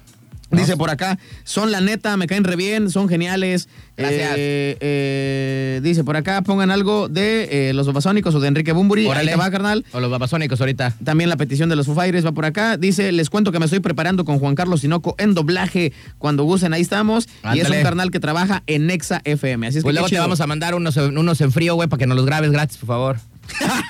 B: ¿no?
C: Dice por acá, son la neta, me caen re bien, son geniales.
B: Gracias.
C: Eh, eh, dice por acá, pongan algo de eh, los babasónicos o de Enrique Bumburi. Ahí
B: Órale.
C: te va, carnal.
B: O los babasónicos ahorita.
C: También la petición de los Foo Fighters va por acá. Dice, les cuento que me estoy preparando con Juan Carlos Sinoco en doblaje. Cuando gusten, ahí estamos. Y es
B: Ándale.
C: un carnal que trabaja en Nexa FM. Así es
B: Pues
C: que qué
B: luego te
C: chido.
B: vamos a mandar unos, unos en frío, güey, para que nos los grabes gratis, por favor.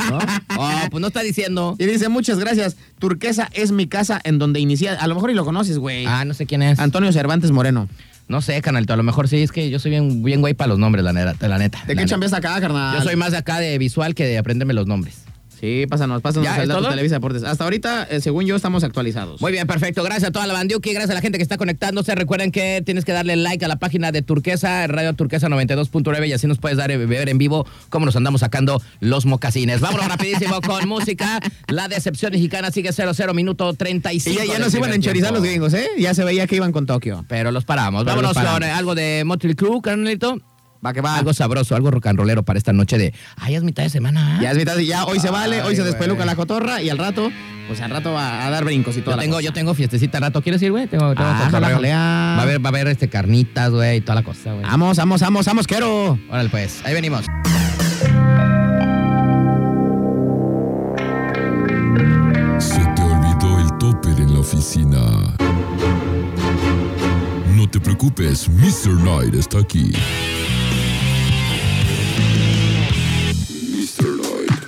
B: ¿No? Oh, pues no está diciendo.
C: Y dice, muchas gracias. Turquesa es mi casa en donde inicié. A lo mejor y lo conoces, güey.
B: Ah, no sé quién es.
C: Antonio Cervantes Moreno.
B: No sé, canalito. A lo mejor sí, es que yo soy bien, bien güey para los nombres, la neta. La neta
C: ¿De
B: la
C: qué
B: neta.
C: chambeas acá, carnal?
B: Yo soy más de acá de visual que de aprenderme los nombres.
C: Sí, pásanos, pásanos
B: ¿Ya,
C: al
B: es
C: dato
B: todo?
C: Televisa Deportes. Hasta ahorita, eh, según yo, estamos actualizados.
B: Muy bien, perfecto. Gracias a toda la bandiuki, gracias a la gente que está conectándose. Recuerden que tienes que darle like a la página de Turquesa, Radio Turquesa 92.9 y así nos puedes dar eh, ver en vivo cómo nos andamos sacando los mocasines. Vámonos rapidísimo con música. La decepción mexicana sigue 0-0 minuto 35.
C: y ya, ya
B: del
C: nos iban a
B: primer
C: encherizar
B: tiempo.
C: los gringos, ¿eh? Ya se veía que iban con Tokio.
B: Pero los paramos.
C: Pero
B: Vámonos
C: los paramos.
B: con eh, algo de Motley Crue, carnalito.
C: Va que va.
B: Algo sabroso, algo rock and rollero para esta noche de. Ay, es mitad de semana. ¿ah?
C: Ya es mitad, de- ya hoy se vale, hoy
B: Ay,
C: se despeluca
B: güey.
C: la cotorra y al rato, pues al rato va a dar brincos y todo.
B: Yo tengo, yo tengo fiestecita al rato. ¿Quieres ir, güey? Tengo, tengo
C: Ah,
B: cotorreo.
C: jala, jalea.
B: Va a haber, va a haber este, carnitas, güey, y toda la cosa, güey.
C: Vamos, vamos, vamos, vamos, quiero.
B: Órale, pues, ahí venimos.
A: Se te olvidó el topper en la oficina. No te preocupes, Mr. Knight está aquí. Mr. Knight.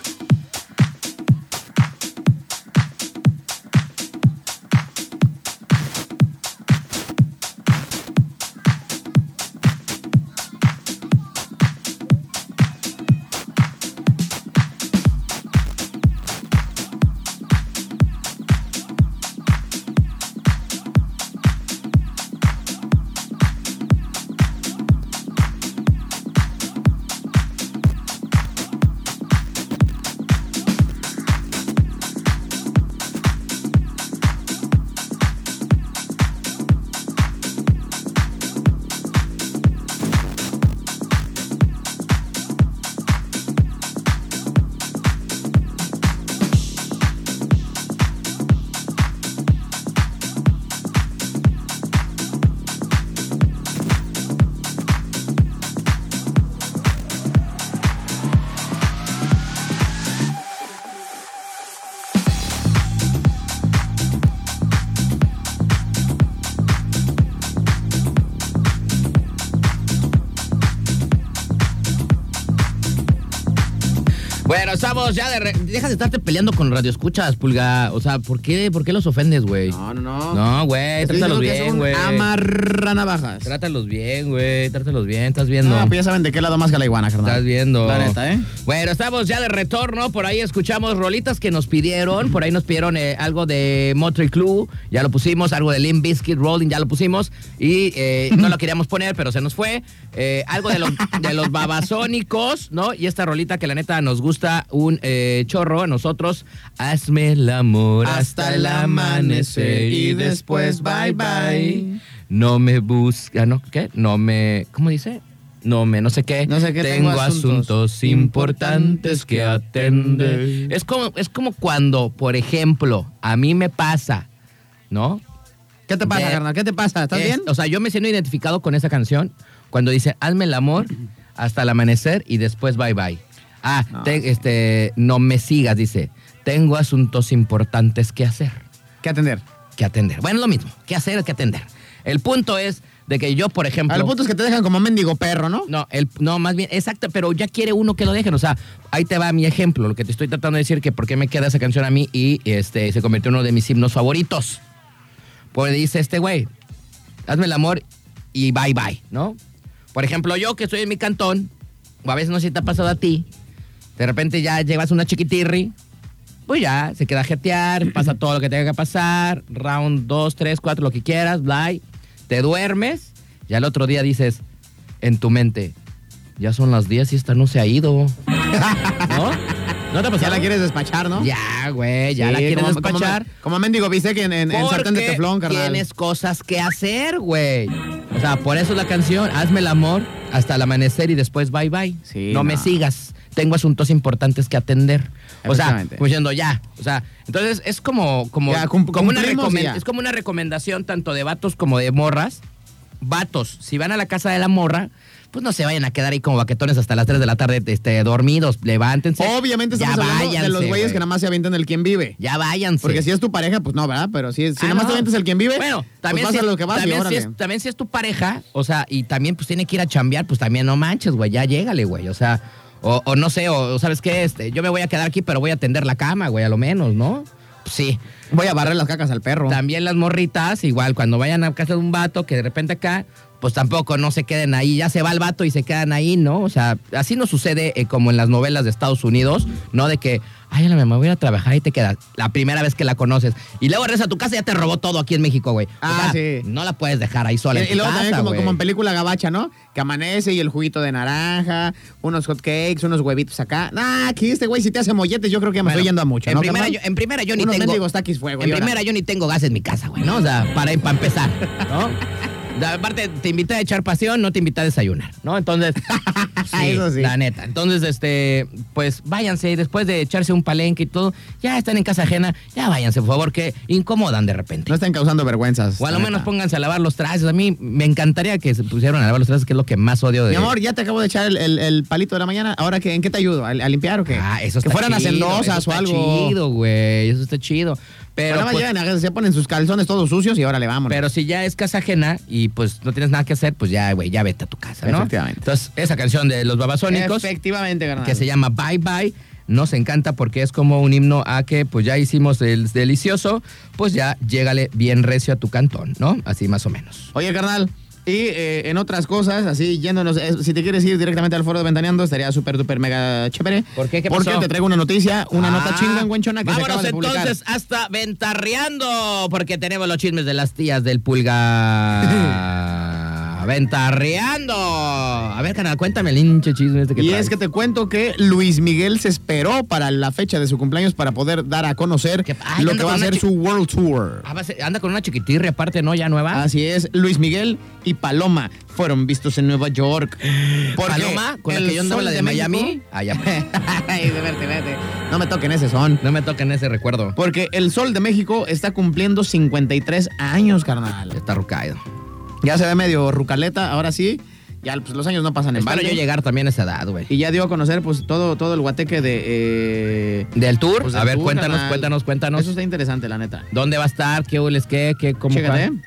B: Bueno, estamos ya de. re- Deja de estarte peleando con Radio Escuchas, Pulga. O sea, ¿por qué, por qué los ofendes, güey?
C: No, no, no.
B: No, güey,
C: Estoy
B: trátalos
C: diciendo que es
B: bien, güey.
C: un Amarranavajas.
B: Trátalos bien, güey. Trátalos bien, estás viendo.
C: No, pues ya saben de qué lado más que la iguana, carnal.
B: Estás viendo.
C: La neta, ¿eh?
B: Bueno, estamos ya de retorno. Por ahí escuchamos rolitas que nos pidieron. Por ahí nos pidieron eh, algo de Motley Clue. Ya lo pusimos. Algo de Limp Bizkit Rolling. Ya lo pusimos. Y eh, no lo queríamos poner, pero se nos fue. Eh, algo de los, de los babasónicos, ¿no? Y esta rolita que la neta nos gusta un eh, chorro a nosotros. Hazme el amor hasta el amanecer y después bye bye. No me busca, ¿no? ¿Qué? No me. ¿Cómo dice? No me, no sé qué.
C: No sé qué,
B: Tengo,
C: tengo
B: asuntos,
C: asuntos
B: importantes que atender.
C: atender.
B: Es como, es como cuando, por ejemplo, a mí me pasa, ¿no?
C: ¿Qué te pasa,
B: De-
C: carnal? ¿Qué te pasa? ¿Estás
B: Es-
C: bien?
B: O sea, yo me siento identificado con esa canción cuando dice, hazme el amor hasta el amanecer y después bye bye. Ah,
C: No.
B: te- este, no me sigas, dice. Tengo asuntos importantes que hacer,
C: ¿Qué atender?
B: que atender. Bueno, lo mismo, que hacer, que atender. El punto es de que yo, por ejemplo...
C: Al Ah, punto es que te dejan como mendigo perro, ¿no?
B: No, el, no, más bien, exacto, pero ya quiere uno que lo dejen. O sea, ahí te va mi ejemplo, lo que te estoy tratando de decir, que por qué me queda esa canción a mí y este, se convirtió en uno de mis himnos favoritos. Pues dice este güey, hazme el amor y bye bye, ¿no? Por ejemplo, yo que estoy en mi cantón, o a veces no sé si te ha pasado a ti, de repente ya llevas una chiquitirri, pues ya, se queda a jetear, pasa todo lo que tenga que pasar, round 2, 3, 4, lo que quieras, bye, te duermes, y al otro día dices en tu mente, ya son las 10 y esta no se ha ido. ¿No? ¿No te ha pasado?
C: Ya la quieres despachar, ¿no?
B: Ya, güey, ya la
C: Sí,
B: quieres
C: como-
B: despachar.
C: Como, como mendigo viste que en, en, en sartén de
B: Porque
C: teflón, carnal.
B: Tienes cosas que hacer, güey. O sea, por eso la canción, hazme el amor hasta el amanecer y después bye bye.
C: Sí,
B: no, me
C: no.
B: sigas. Tengo asuntos importantes que atender. O sea,
C: Efectivamente.
B: pues yendo ya. O sea, entonces es como, como,
C: Ya, cum-
B: como una
C: cumplimos
B: recomen-
C: ya.
B: es como una recomendación tanto de vatos como de morras. Vatos, si van a la casa de la morra, pues no se vayan a quedar ahí como vaquetones hasta las 3 de la tarde este, dormidos. Levántense.
C: Obviamente estamos
B: Ya
C: hablando de los
B: váyanse,
C: güeyes
B: güey.
C: que nada más se avientan el quien vive.
B: Ya váyanse.
C: Porque si es tu pareja, pues no, ¿verdad? Pero si, es- si
B: Ah,
C: nada más
B: no.
C: te avientas el quien vive,
B: Bueno, también,
C: pues vas
B: si,
C: a lo que vas y
B: también, si
C: órale.
B: es, también si es tu pareja, o sea, y también pues tiene que ir a chambear, pues también no manches, güey, ya llégale, güey, o sea, O, o no sé, o sabes qué, este, yo me voy a quedar aquí, pero voy a tender la cama, güey, a lo menos, ¿no? Pues, Sí.
C: Voy a barrer las cacas al perro.
B: También las morritas, igual, cuando vayan a casa de un vato que de repente acá, pues tampoco no se queden ahí. Ya se va el vato y se quedan ahí, ¿no? O sea, así no sucede eh, como en las novelas de Estados Unidos, ¿no? De que, ay, la me voy a ir a trabajar y te quedas la primera vez que la conoces. Y luego regresas a tu casa y ya te robó todo aquí en México, güey. O
C: Ah,
B: sea,
C: sí.
B: No la puedes dejar ahí sola. en
C: Y, y
B: tu
C: luego
B: casa,
C: también como,
B: güey.
C: como en película gabacha, ¿no? Que amanece y el juguito de naranja, unos hot cakes, unos huevitos acá. Ah, que este güey si te hace molletes, yo creo que me
B: Bueno,
C: estoy yendo a mucho,
B: en
C: ¿no,
B: primera, yo,
C: carnal?
B: en primera yo ni
C: Unos
B: tengo.
C: mendigos taquis fuego,
B: En
C: y ahora.
B: primera yo ni tengo gas en mi casa, güey, ¿no? O sea, para, para empezar, ¿no? O sea, Aparte, te invita a echar pasión, no te invita a desayunar, ¿no? Entonces,
C: Eso sí.
B: la neta. Entonces, este, pues váyanse, después de echarse un palenque y todo, ya están en casa ajena, ya váyanse, por favor, que incomodan de repente.
C: No están causando vergüenzas.
B: o a lo
C: la
B: menos
C: neta.
B: pónganse a lavar los trajes. A mí me encantaría que se pusieran a lavar los trajes, que es lo que más odio de...
C: Mi amor, ya te acabo de echar el, el- el palito de la mañana. Ahora, ¿qué, ¿en qué te ayudo? ¿A, a limpiar o qué?
B: Ah, eso está
C: Que fueran
B: chido,
C: hacendosas
B: eso
C: o
B: está
C: algo.
B: chido, güey, eso está chido.
C: Pero
B: Pero,
C: nada más
B: pues,
C: llegan a- se ponen sus calzones todos sucios y ahora le vamos.
B: Pero si ya es casa ajena y pues no tienes nada que hacer, pues ya, güey, ya vete a tu casa, ¿no?
C: Efectivamente.
B: Entonces, esa canción de los babasónicos,
C: Efectivamente, carnal.
B: que se llama Bye Bye, nos encanta porque es como un himno a que pues ya hicimos el delicioso, pues ya llégale bien recio a tu cantón, ¿no? Así más o menos.
C: Oye, carnal. Y eh, en otras cosas, así yéndonos, eh, si te quieres ir directamente al foro de Ventaneando, estaría súper, duper, mega chévere.
B: ¿Por qué? ¿Qué
C: Porque
B: pasó?
C: te traigo una noticia, una nota
B: Ah,
C: chinga, güenchona, que se
B: Vámonos
C: acaba de publicar.
B: entonces hasta Ventarreando, porque tenemos los chismes de las tías del pulga. Ventarreando. A ver, canal, cuéntame el hinche chisme este que
C: Y
B: traes.
C: es que te cuento que Luis Miguel se esperó para la fecha de su cumpleaños para poder dar a conocer
B: Que- ay,
C: lo
B: anda
C: que va a
B: con una
C: ser
B: chi-
C: su World Tour.
B: Ah, va a ser- Anda con una chiquitirria aparte, ¿no? Ya nueva.
C: Así es, Luis Miguel y Paloma fueron vistos en Nueva York. Porque
B: Paloma, con la
C: el
B: que yo andaba
C: Sol
B: la de,
C: México-
B: Miami. Ah, ya.
C: Ay, verte, verte. No me toquen ese son.
B: no me toquen ese recuerdo.
C: Porque el Sol de México está cumpliendo 53 años, carnal.
B: Está rucaído.
C: Ya se ve medio rucaleta, ahora sí. Ya pues, los años no pasan en
B: Espero
C: balde.
B: yo llegar también a esa edad, güey.
C: Y ya dio a conocer pues todo, todo el guateque de... eh,
B: ¿Del tour?
C: pues,
B: a
C: del
B: ver,
C: tour,
B: cuéntanos,
C: carnal.
B: cuéntanos, cuéntanos,
C: Eso está interesante, la neta.
B: ¿Dónde va a estar? ¿Qué hueles? ¿Qué? ¿Qué? ¿Cómo?
C: Chécate.
B: cuál?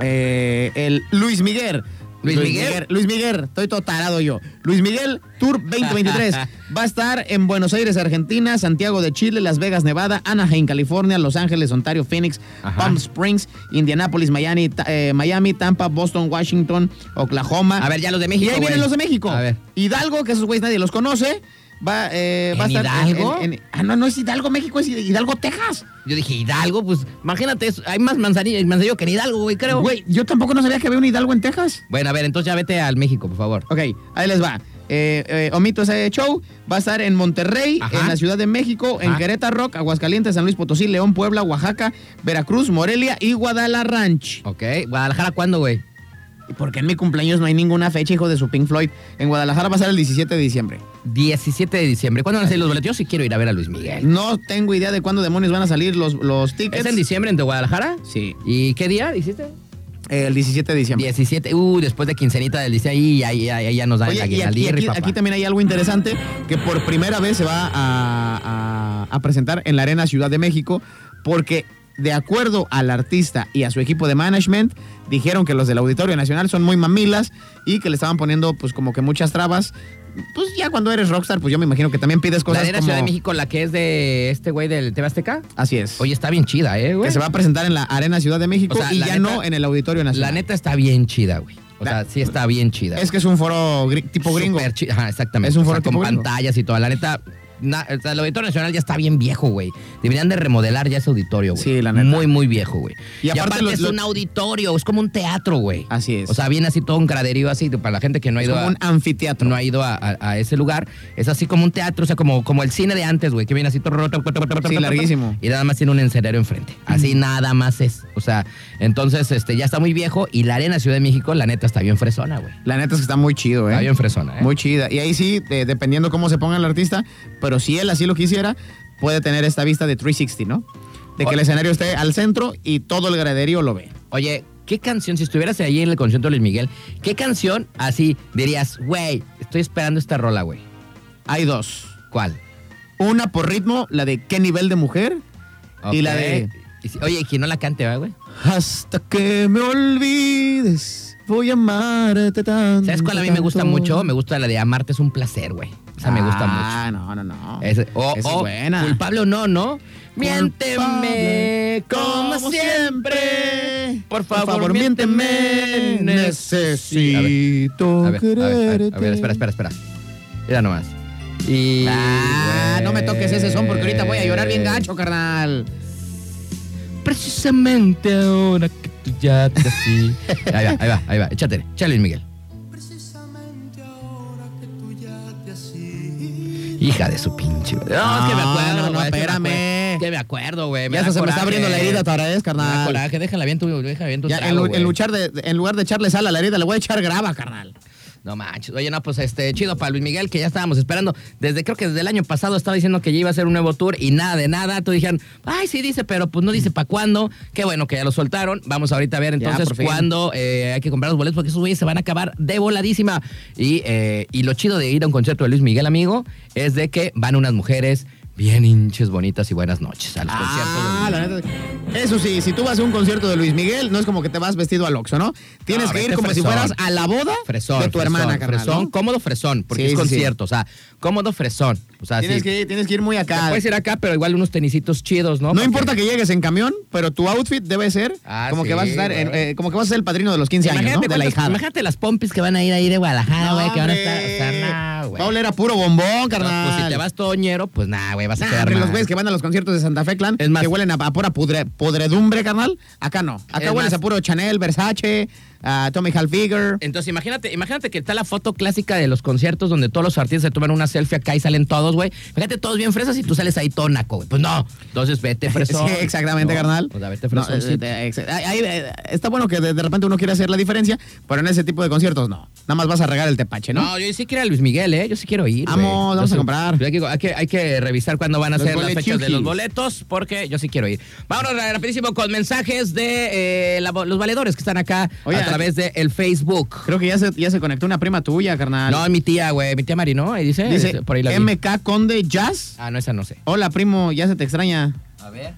C: Eh, el Luis Miguel.
B: ¿Luis Miguel?
C: Luis Miguel, estoy todo tarado yo. Luis Miguel Tour 2023 va a estar en Buenos Aires, Argentina, Santiago de Chile, Las Vegas, Nevada, Anaheim, California, Los Ángeles, Ontario, Phoenix,
B: Ajá.
C: Palm Springs, Indianapolis, Miami, ta- eh, Miami, Tampa, Boston, Washington, Oklahoma.
B: A ver, ya los de México,
C: Y ahí
B: güey.
C: vienen los de México.
B: A ver.
C: Hidalgo, que esos güeyes nadie los conoce. Va, eh, va a
B: ¿En
C: estar
B: Hidalgo?
C: en- ah, no, no es Hidalgo, México, es Hidalgo, Texas.
B: Yo dije, Hidalgo, pues imagínate, eso. hay más manzanillo, manzanillo que en Hidalgo, güey, creo.
C: Güey, yo tampoco no sabía que había un Hidalgo en Texas.
B: Bueno, a ver, entonces ya vete al México, por favor.
C: Ok, ahí les va. Eh, eh, omito ese show. Va a estar en Monterrey,
B: Ajá.
C: en la Ciudad de México, en
B: Ajá.
C: Querétaro, Rock, Aguascalientes, San Luis Potosí, León, Puebla, Oaxaca, Veracruz, Morelia y Guadalajara Ranch.
B: Ok, ¿Guadalajara cuándo, güey?
C: Porque en mi cumpleaños no hay ninguna fecha, hijo de su Pink Floyd. En Guadalajara va a ser el 17 de diciembre.
B: 17 de diciembre. ¿Cuándo van a salir los boletos? Yo sí quiero ir a ver a Luis Miguel.
C: No tengo idea de cuándo demonios van a salir los, los tickets.
B: ¿Es en diciembre en Guadalajara?
C: Sí.
B: ¿Y qué día hiciste?
C: Eh, el 17 de diciembre.
B: 17, uh, después de quincenita del liceo, ahí ya, ya, ya, ya nos dan
C: Oye,
B: el
C: y aquí,
B: aguinaldirri,
C: aquí-
B: papá.
C: aquí también hay algo interesante que por primera vez se va a, a- a presentar en la Arena Ciudad de México porque de acuerdo al artista y a su equipo de management dijeron que los del Auditorio Nacional son muy mamilas y que le estaban poniendo pues como que muchas trabas. Pues ya cuando eres rockstar, pues yo me imagino que también pides
B: la
C: cosas
B: arena
C: como-
B: Ciudad de México, la que es de este güey del TV Azteca.
C: Así es.
B: Oye, está bien chida, ¿eh, güey?
C: que se va a presentar en la Arena Ciudad de México
B: O sea,
C: y
B: la
C: ya
B: neta-
C: no en el Auditorio
B: La
C: Nacional.
B: neta está bien chida, güey. O
C: La-
B: sea, sí está bien chida.
C: es que es un foro gri- tipo gringo.
B: Súper chi- Ajá, exactamente.
C: Es un
B: O sea,
C: foro
B: con
C: tipo gringo.
B: pantallas y todo. La neta, na- o sea, el Auditorio Nacional ya está bien viejo, güey. Deberían de remodelar ya ese auditorio, güey.
C: Sí, la neta.
B: Muy, muy viejo, güey.
C: Y
B: Y aparte,
C: aparte los-
B: es
C: los-
B: un auditorio, es como un teatro, güey.
C: Así es.
B: O sea, viene así todo un graderío así para la gente que no ha
C: Es
B: ido
C: como
B: a-
C: un anfiteatro.
B: no ha ido a, a- a ese lugar. Es así como un teatro, o sea, como, como el cine de antes, güey, que viene así. tor- tor- tor- tor- tor- tor-
C: Sí,
B: tor-
C: larguísimo.
B: Y nada más tiene un encerero enfrente. Así nada más es. O sea, entonces este ya está muy viejo y la arena Ciudad de México, la neta, está bien fresona, güey.
C: La neta es que está muy chido, ¿eh?
B: Está bien fresona, ¿eh?
C: Muy chida. Y ahí sí, de- dependiendo cómo se ponga el artista, pero si él así lo quisiera, puede tener esta vista de 360, ¿no? De que el escenario esté al centro y todo el graderío lo ve.
B: Oye, ¿qué canción, si estuvieras ahí en el concierto de Luis Miguel, qué canción así dirías, güey, estoy esperando esta rola, güey?
C: Hay dos.
B: ¿Cuál?
C: Una por ritmo, la de qué nivel de mujer, Y la
B: Ok.
C: de-
B: Y si- Oye, ¿y quien no la cante, va, güey?
C: hasta que me olvides. Voy a amarte tanto.
B: ¿Sabes cuál a mí me gusta
C: tanto.
B: mucho? Me gusta la de Amarte es un placer, güey. Esa me gusta mucho.
C: Ah, no, no, no.
B: Ese- oh, o-
C: Esa
B: o, Culpable o no, ¿no?
C: Culpable,
B: Miénteme como
C: como
B: siempre.
C: siempre.
B: Por favor, miénteme.
C: Necesito
B: A ver, a ver, a ver, a ver,
C: quererte.
B: espera, espera, espera. Mira nomás. Y.
C: Ah, no me toques ese son porque ahorita voy a llorar bien gacho, carnal.
B: Precisamente ahora que tú ya te así. ahí va, ahí va, ahí va. Échatele, échale, Luis Miguel. Hija de su pinche. No, es que me acuerdo,
C: No, no,
B: güey, es que me
C: espérame.
B: acuerdo. Es que me acuerdo, güey.
C: Ya
B: da
C: hasta se me está
B: coraje.
C: abriendo la herida otra vez,
B: Me da
C: carnal.
B: coraje, déjala bien tu, déjala bien tu
C: Ya, en,
B: trago,
C: lu-
B: güey.
C: en luchar de- de- en lugar de echarle sal a la herida, le voy a echar grava, carnal.
B: No manches. Oye, no, pues este, chido para Luis Miguel, que ya estábamos esperando. Desde creo que desde el año pasado estaba diciendo que ya iba a hacer un nuevo tour y nada de nada. Tú dijeron, ay, sí dice, pero pues no dice para cuándo. Qué bueno que ya lo soltaron. Vamos ahorita a ver entonces
C: por fin.
B: cuándo eh, hay que comprar los boletos, porque esos güeyes se van a acabar de voladísima. Y, eh, y lo chido de ir a un concierto de Luis Miguel, amigo, es de que van unas mujeres bien hinches, bonitas y buenas noches a los conciertos. de Luis
C: Ah,
B: Miguel.
C: la neta. Eso sí, si tú vas a un concierto de Luis Miguel, no es como que te vas vestido al Oxxo, ¿no? Tienes
B: No,
C: que ir
B: vete
C: como si
B: fresón.
C: fueras a la boda
B: Fresón,
C: de tu
B: fresón,
C: hermana, carnal.
B: Fresón,
C: ¿no?
B: cómodo fresón, porque
C: Sí,
B: es
C: sí, sí.
B: concierto, o sea, cómodo fresón. O sea,
C: Tienes,
B: sí.
C: que, tienes que ir muy
B: Te
C: acá.
B: puedes ir acá, pero igual unos tenisitos chidos, ¿no?
C: No
B: Porque-
C: importa que llegues en camión, pero tu outfit debe ser
B: Ah,
C: como
B: sí,
C: que vas a estar, en-
B: güey.
C: eh, como que vas a ser el padrino de los 15 años,
B: Imagínate,
C: ¿no? De la
B: cuántas-
C: hijada.
B: imagínate las pompis que van a ir ahí de Guadalajara,
C: No,
B: Ah, güey, que van a
C: hombre.
B: estar. O sea, nah, güey.
C: Va a oler a puro bombón,
B: No,
C: carnal.
B: pues si te vas toñero, pues nada, güey, vas a
C: Nah,
B: quedar
C: hombre, los
B: mal.
C: güeyes que van a los conciertos de Santa Fe Clan,
B: Es más-
C: que huelen a, a pura pudre- podredumbre, carnal. Acá no. Acá
B: Es
C: hueles
B: más- Eh,
C: a puro Chanel, Versace, a Tommy Hilfiger.
B: Entonces imagínate, imagínate que está la foto clásica de los conciertos donde todos los artistas se toman una selfie acá y salen todos, güey. Fíjate, todos bien fresas y tú sales ahí tonaco, güey. Pues no. Entonces vete fresón.
C: Sí, exactamente,
B: No,
C: carnal.
B: O sea, vete
C: No,
B: fresón.
C: eh, eh, exa- ahí- ahí, eh, está bueno que de, de repente uno quiere hacer la diferencia, pero en ese tipo de conciertos no. Nada más vas a regar el tepache, ¿no?
B: No, yo sí quiero a Luis Miguel, ¿eh? Yo sí quiero ir.
C: Vamos,
B: güey.
C: vamos
B: Yo
C: a
B: sí-
C: comprar.
B: Hay que, hay que- hay que revisar cuándo van a
C: Los
B: ser las fechas de
C: bolechujis.
B: los boletos, porque yo sí quiero ir. Vámonos rapidísimo con mensajes de eh, la- los valedores que están acá
C: Oye,
B: a través de el Facebook.
C: Creo que ya se, ya se conectó una prima tuya, carnal.
B: No, mi tía, güey, mi tía Marino, ahí dice, eh,
C: Dice
B: por ahí la vi.
C: MK Conde Jazz.
B: Ah, no, esa no sé.
C: Hola, primo, ya se te extraña.
B: A ver.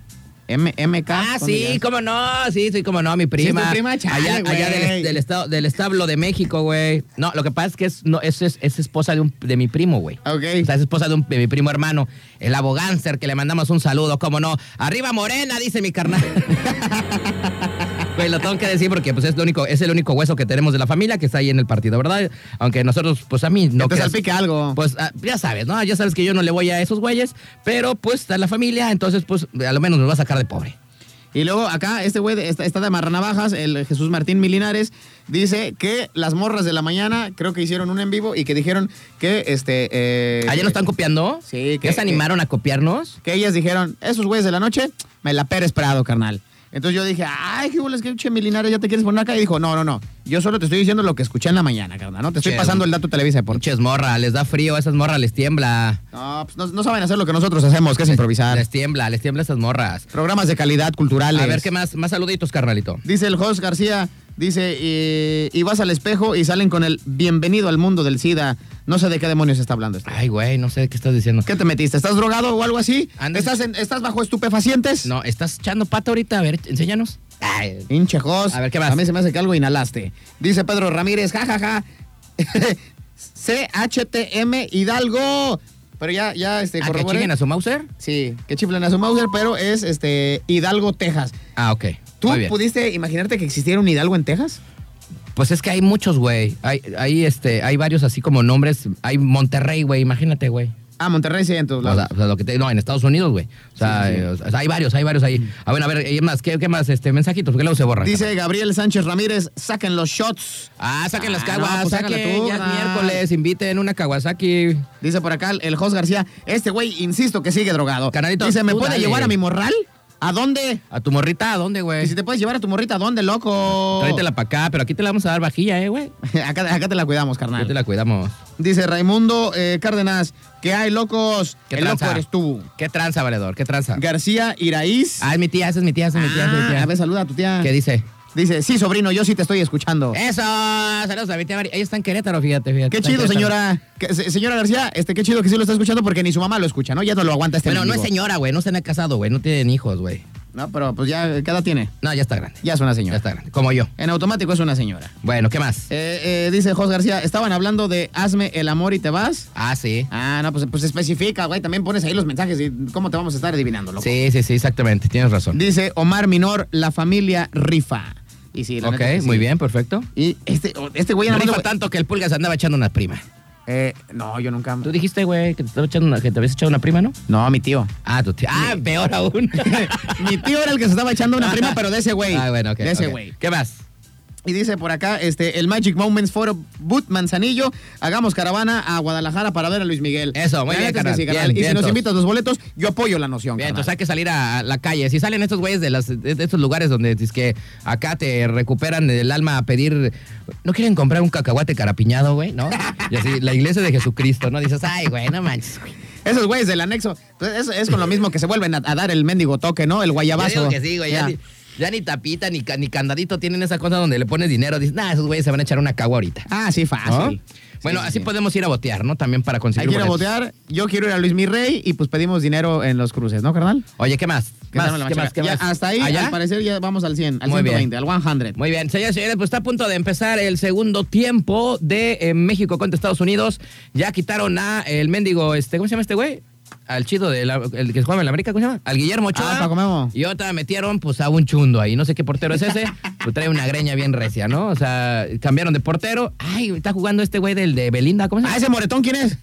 C: M MK.
B: Ah,
C: Conde
B: sí,
C: Jazz.
B: cómo no, sí, sí, cómo no, mi prima.
C: tu prima, chale,
B: allá allá
C: güey.
B: del, del estado, del establo de México, güey. No, lo que pasa es que es, no, es, es, es esposa de, un, de mi primo, güey.
C: Ok.
B: O sea, es esposa de, un- de mi primo hermano, el abogáncer, que le mandamos un saludo, cómo no. Arriba Morena, dice mi carnal. Güey, lo tengo que decir porque pues, es, lo único, es el único hueso que tenemos de la familia que está ahí en el partido, ¿verdad? Aunque nosotros, pues a mí no
C: Que te
B: creas-
C: salpique algo.
B: Pues ah, ya sabes, ¿no? Ya sabes que yo no le voy a esos güeyes, pero pues está la familia, entonces pues a lo menos nos va a sacar de pobre.
C: Y luego acá, este güey de- está, está de Marranavajas, el Jesús Martín Milinares, dice que las morras de la mañana creo que hicieron un en vivo y que dijeron que este. Eh,
B: ¿Ayer nos están copiando?
C: Sí, que-
B: ¿Ya se animaron a copiarnos?
C: que ellas dijeron, esos güeyes de la noche, me la Pérez Prado, carnal. Entonces yo dije, ay, qué bolas, que che, Milinares, ya te quieres poner acá. Y dijo, no, no, no. Yo solo te estoy diciendo lo que escuché en la mañana, carnal. No te estoy
B: Che,
C: pasando el dato Televisa Deportes.
B: Ponches morra, les da frío, a esas morras les tiembla.
C: No, pues no, no saben hacer lo que nosotros hacemos, que es improvisar.
B: Les tiembla, les tiembla a esas morras.
C: Programas de calidad, culturales.
B: A ver qué más, más saluditos, carnalito.
C: Dice el host García, dice, eh, y vas al espejo y salen con el bienvenido al mundo del SIDA. No sé de qué demonios está hablando esto.
B: Ay, güey, no sé de qué estás diciendo.
C: ¿Qué te metiste? ¿Estás drogado o algo así?
B: Andas-
C: ¿Estás, en- ¿Estás bajo estupefacientes?
B: No, estás echando pata ahorita, a ver, enséñanos. Ay,
C: Hinche host.
B: A ver, ¿qué más?
C: A mí se me hace que algo inhalaste. Dice Pedro Ramírez, jajaja. CHTM Hidalgo. Pero ya, ya, este,
B: ¿A Ah, que
C: corroboré.
B: chinguen a su Mauser?
C: Sí, que chiflen a su Mauser, pero es este Hidalgo, Texas.
B: Ah, ok.
C: ¿Tú
B: Muy bien.
C: pudiste imaginarte que existiera un Hidalgo en Texas?
B: Pues es que hay muchos, güey. Hay, hay, este, hay varios así como nombres. Hay Monterrey, güey, imagínate, güey.
C: Ah, Monterrey sí, en todos
B: O sea,
C: lados.
B: o sea, lo que te- no, en Estados Unidos, güey. O sea,
C: Sí, sí, sí.
B: eh, o sea, hay varios, hay varios ahí. Ah, bueno, a ver, eh, más, ¿qué, qué más? Este, mensajitos, porque luego se borran.
C: Dice Gabriel Sánchez Ramírez, saquen los shots.
B: Ah, saquen las
C: Ah,
B: caguas,
C: no, pues
B: saquen,
C: sácala tú,
B: ya es
C: carnal.
B: miércoles, inviten una Kawasaki.
C: Dice por acá el host García, este güey, insisto que sigue drogado.
B: Carnalito,
C: Dice, ¿me
B: tú
C: puede
B: dale.
C: llevar a mi morral? ¿A dónde?
B: ¿A tu morrita a dónde,
C: Y
B: güey?
C: si te puedes llevar a tu morrita, ¿a dónde, loco?
B: Tráetela para acá, pero aquí te la vamos a dar vajilla, eh, güey.
C: acá, acá te la cuidamos,
B: Yo
C: carnal.
B: te la cuidamos.
C: Dice Raimundo eh, Cárdenas, que hay locos.
B: ¿Qué
C: el
B: tranza?
C: loco eres tú.
B: ¿Qué tranza, valedor? ¿Qué tranza?
C: García Iraíz.
B: Ah, es mi tía, esa es mi tía, esa es mi tía, esa es mi
C: Ah,
B: tía.
C: a ver, saluda a tu tía.
B: ¿Qué Eh, dice?
C: Dice, sí, sobrino, yo sí te estoy escuchando.
B: Eso, saludos a mi tía María. Ella está en Querétaro, fíjate, fíjate.
C: Qué
B: está en
C: chido,
B: Querétaro.
C: señora. Que- se- señora García, este, qué chido que sí lo está escuchando porque ni su mamá lo escucha, ¿no? Ya no lo aguanta este
B: Bueno, no es
C: mendigo.
B: señora, güey, no se han casado, güey, no tienen hijos, güey.
C: No, pero pues ya, ¿qué edad tiene?
B: No, ya está grande.
C: Ya es una señora.
B: Ya está grande. Como yo.
C: En automático es una señora.
B: Bueno, ¿qué más?
C: Eh, eh, dice Jos García, estaban hablando de hazme el amor y te vas.
B: Ah, sí.
C: Ah, no, pues, pues especifica, güey. También pones ahí los mensajes y cómo te vamos a estar adivinando, loco.
B: Sí, sí, sí, exactamente. Tienes razón.
C: Dice Omar Minor, la familia rifa. Y sí, la
B: ok,
C: neta que sí.
B: muy bien, perfecto.
C: Y este, este güey nada más
B: Rifa
C: le-
B: tanto que el Pulgas andaba echando una prima.
C: Eh, no, yo nunca.
B: Tú dijiste, güey, que te, estaba echando una- que te habías echado una prima, ¿no?
C: No, mi tío.
B: Ah, tu tío. Ah, peor aún.
C: mi tío era el que se estaba echando una prima, pero de ese güey.
B: Ah, bueno, ok.
C: De ese
B: ok.
C: güey.
B: ¿Qué más?
C: Y dice por acá, este, el Magic Moments Foro Boot Manzanillo, hagamos caravana a Guadalajara para ver a Luis Miguel.
B: Eso, muy
C: La
B: bien,
C: neta es
B: carnal.
C: que sí,
B: Bien,
C: carnal. y si
B: vientos.
C: nos invitas los boletos, yo apoyo la noción.
B: Bien,
C: carnal.
B: entonces hay que salir a la calle. Si salen estos güeyes de, las, de estos lugares donde es que acá te recuperan el alma a pedir. ¿No quieren comprar un cacahuate carapiñado, güey? ¿No? Y así, la iglesia de Jesucristo, ¿no? Dices, ay, güey, no manches, güey.
C: Esos güeyes del anexo, pues, es, es con lo mismo que se vuelven a, a dar el mendigo toque, ¿no? El guayabazo.
B: Yo digo que sí, güey. Ya,
C: Ya.
B: ni- ya ni tapita, ni, ca- ni candadito tienen esa cosa donde le pones dinero. Dices, nah, esos güeyes se van a echar una cagua ahorita.
C: Ah, sí,
B: ¿No?
C: fácil.
B: bueno,
C: Sí,
B: así
C: sí, sí.
B: podemos ir a botear, ¿no? También para
C: Ahí
B: conseguir
C: quiero
B: boletos.
C: botear, yo quiero ir a Luis Mirrey y pues pedimos dinero en los cruces, ¿no, carnal?
B: Oye, ¿qué más?
C: Que
B: Más,
C: dame la
B: ¿Qué
C: machaca.
B: más? ¿Qué
C: Ya,
B: más?
C: Hasta ahí,
B: ¿Allá?
C: al parecer, ya vamos al 100, al
B: Muy bien.
C: 120, al 100.
B: Muy bien, señores y señores, pues está a punto de empezar el segundo tiempo de eh, México contra Estados Unidos. Ya quitaron a el mendigo, este, ¿cómo se llama este güey? Al chido del el que juega en la América, ¿cómo se llama? Al Guillermo Ochoa.
C: Ah, Paco Memo.
B: Y otra metieron pues a un chundo ahí. No sé qué portero es ese. Pues trae una greña bien recia, ¿no? O sea, cambiaron de portero. Ay, está jugando este güey del de Belinda, ¿cómo se
C: Ah,
B: llama?
C: ese moretón, ¿quién es?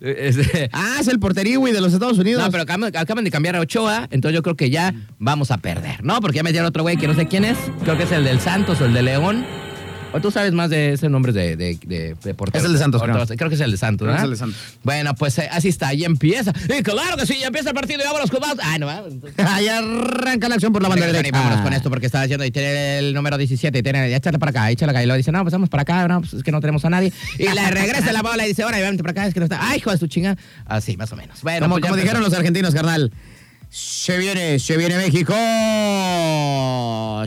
B: Eh, este-
C: Ah, es el porterío, güey, de los Estados Unidos.
B: No, pero acaban, acaban de cambiar a Ochoa, entonces yo creo que ya vamos a perder, ¿no? Porque ya metieron otro güey que no sé quién es, creo que es el del Santos o el de León. O tú sabes más de ese nombre de, de, de, de portero.
C: Es el de Santos,
B: O-
C: creo.
B: Creo que es el de Santos,
C: Creo que
B: ¿verdad?
C: es el de Santos.
B: Bueno, pues eh, así está, ya empieza. Y claro que sí, ya empieza el partido y vámonos con más. Ah, no, ah, entonces-
C: Ahí arranca la acción por la banda
B: Venga, Tony,
C: derecha.
B: vámonos con esto porque estaba diciendo y tiene el número 17 y tiene, ya échale para acá, échale acá. Y luego dice, no, pues vamos para acá, no, pues es que no tenemos a nadie. Y le regresa la bola y dice, ahora vente para acá, es que no está. Ay, hijo de su chinga. Así, más o menos. Bueno,
C: como
B: pues ya
C: como
B: empezó.
C: dijeron los argentinos, carnal. Se viene, se viene México.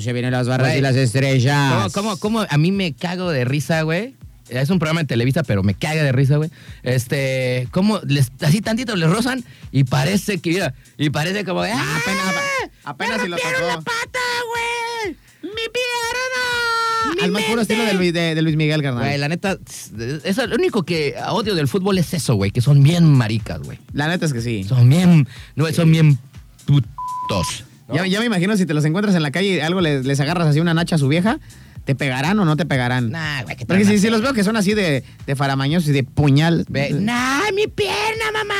C: Se vienen las barras
B: Güey.
C: y las
B: ¿Cómo,
C: estrellas.
B: cómo, cómo? A mí me cago de risa, güey. Es un programa de Televisa, pero me caga de risa, güey. Este, ¿cómo? Les, así tantito les rozan y parece que, mira, y parece como, ¡ah!
C: apenas- apenas
B: ¡Me
C: si lo
B: rompieron
C: tocó.
B: la pata, güey! ¡Mi pierna! ¡Mi
C: Al más puro
B: mente!
C: estilo de Luis, de- de Luis Miguel, carnal.
B: Güey, la neta, es lo único que odio del fútbol es eso, güey, que son bien maricas, güey.
C: La neta es que sí.
B: Son bien, no, son bien putos.
C: Ya, ya me imagino si te los encuentras en la calle y algo les, les agarras así una nacha a su vieja, ¿te pegarán o no te pegarán?
B: Nah, güey, que
C: Porque si, si los veo que son así de, de faramaños y de puñal.
B: Ve, ¡Nah, mi pierna, mamá!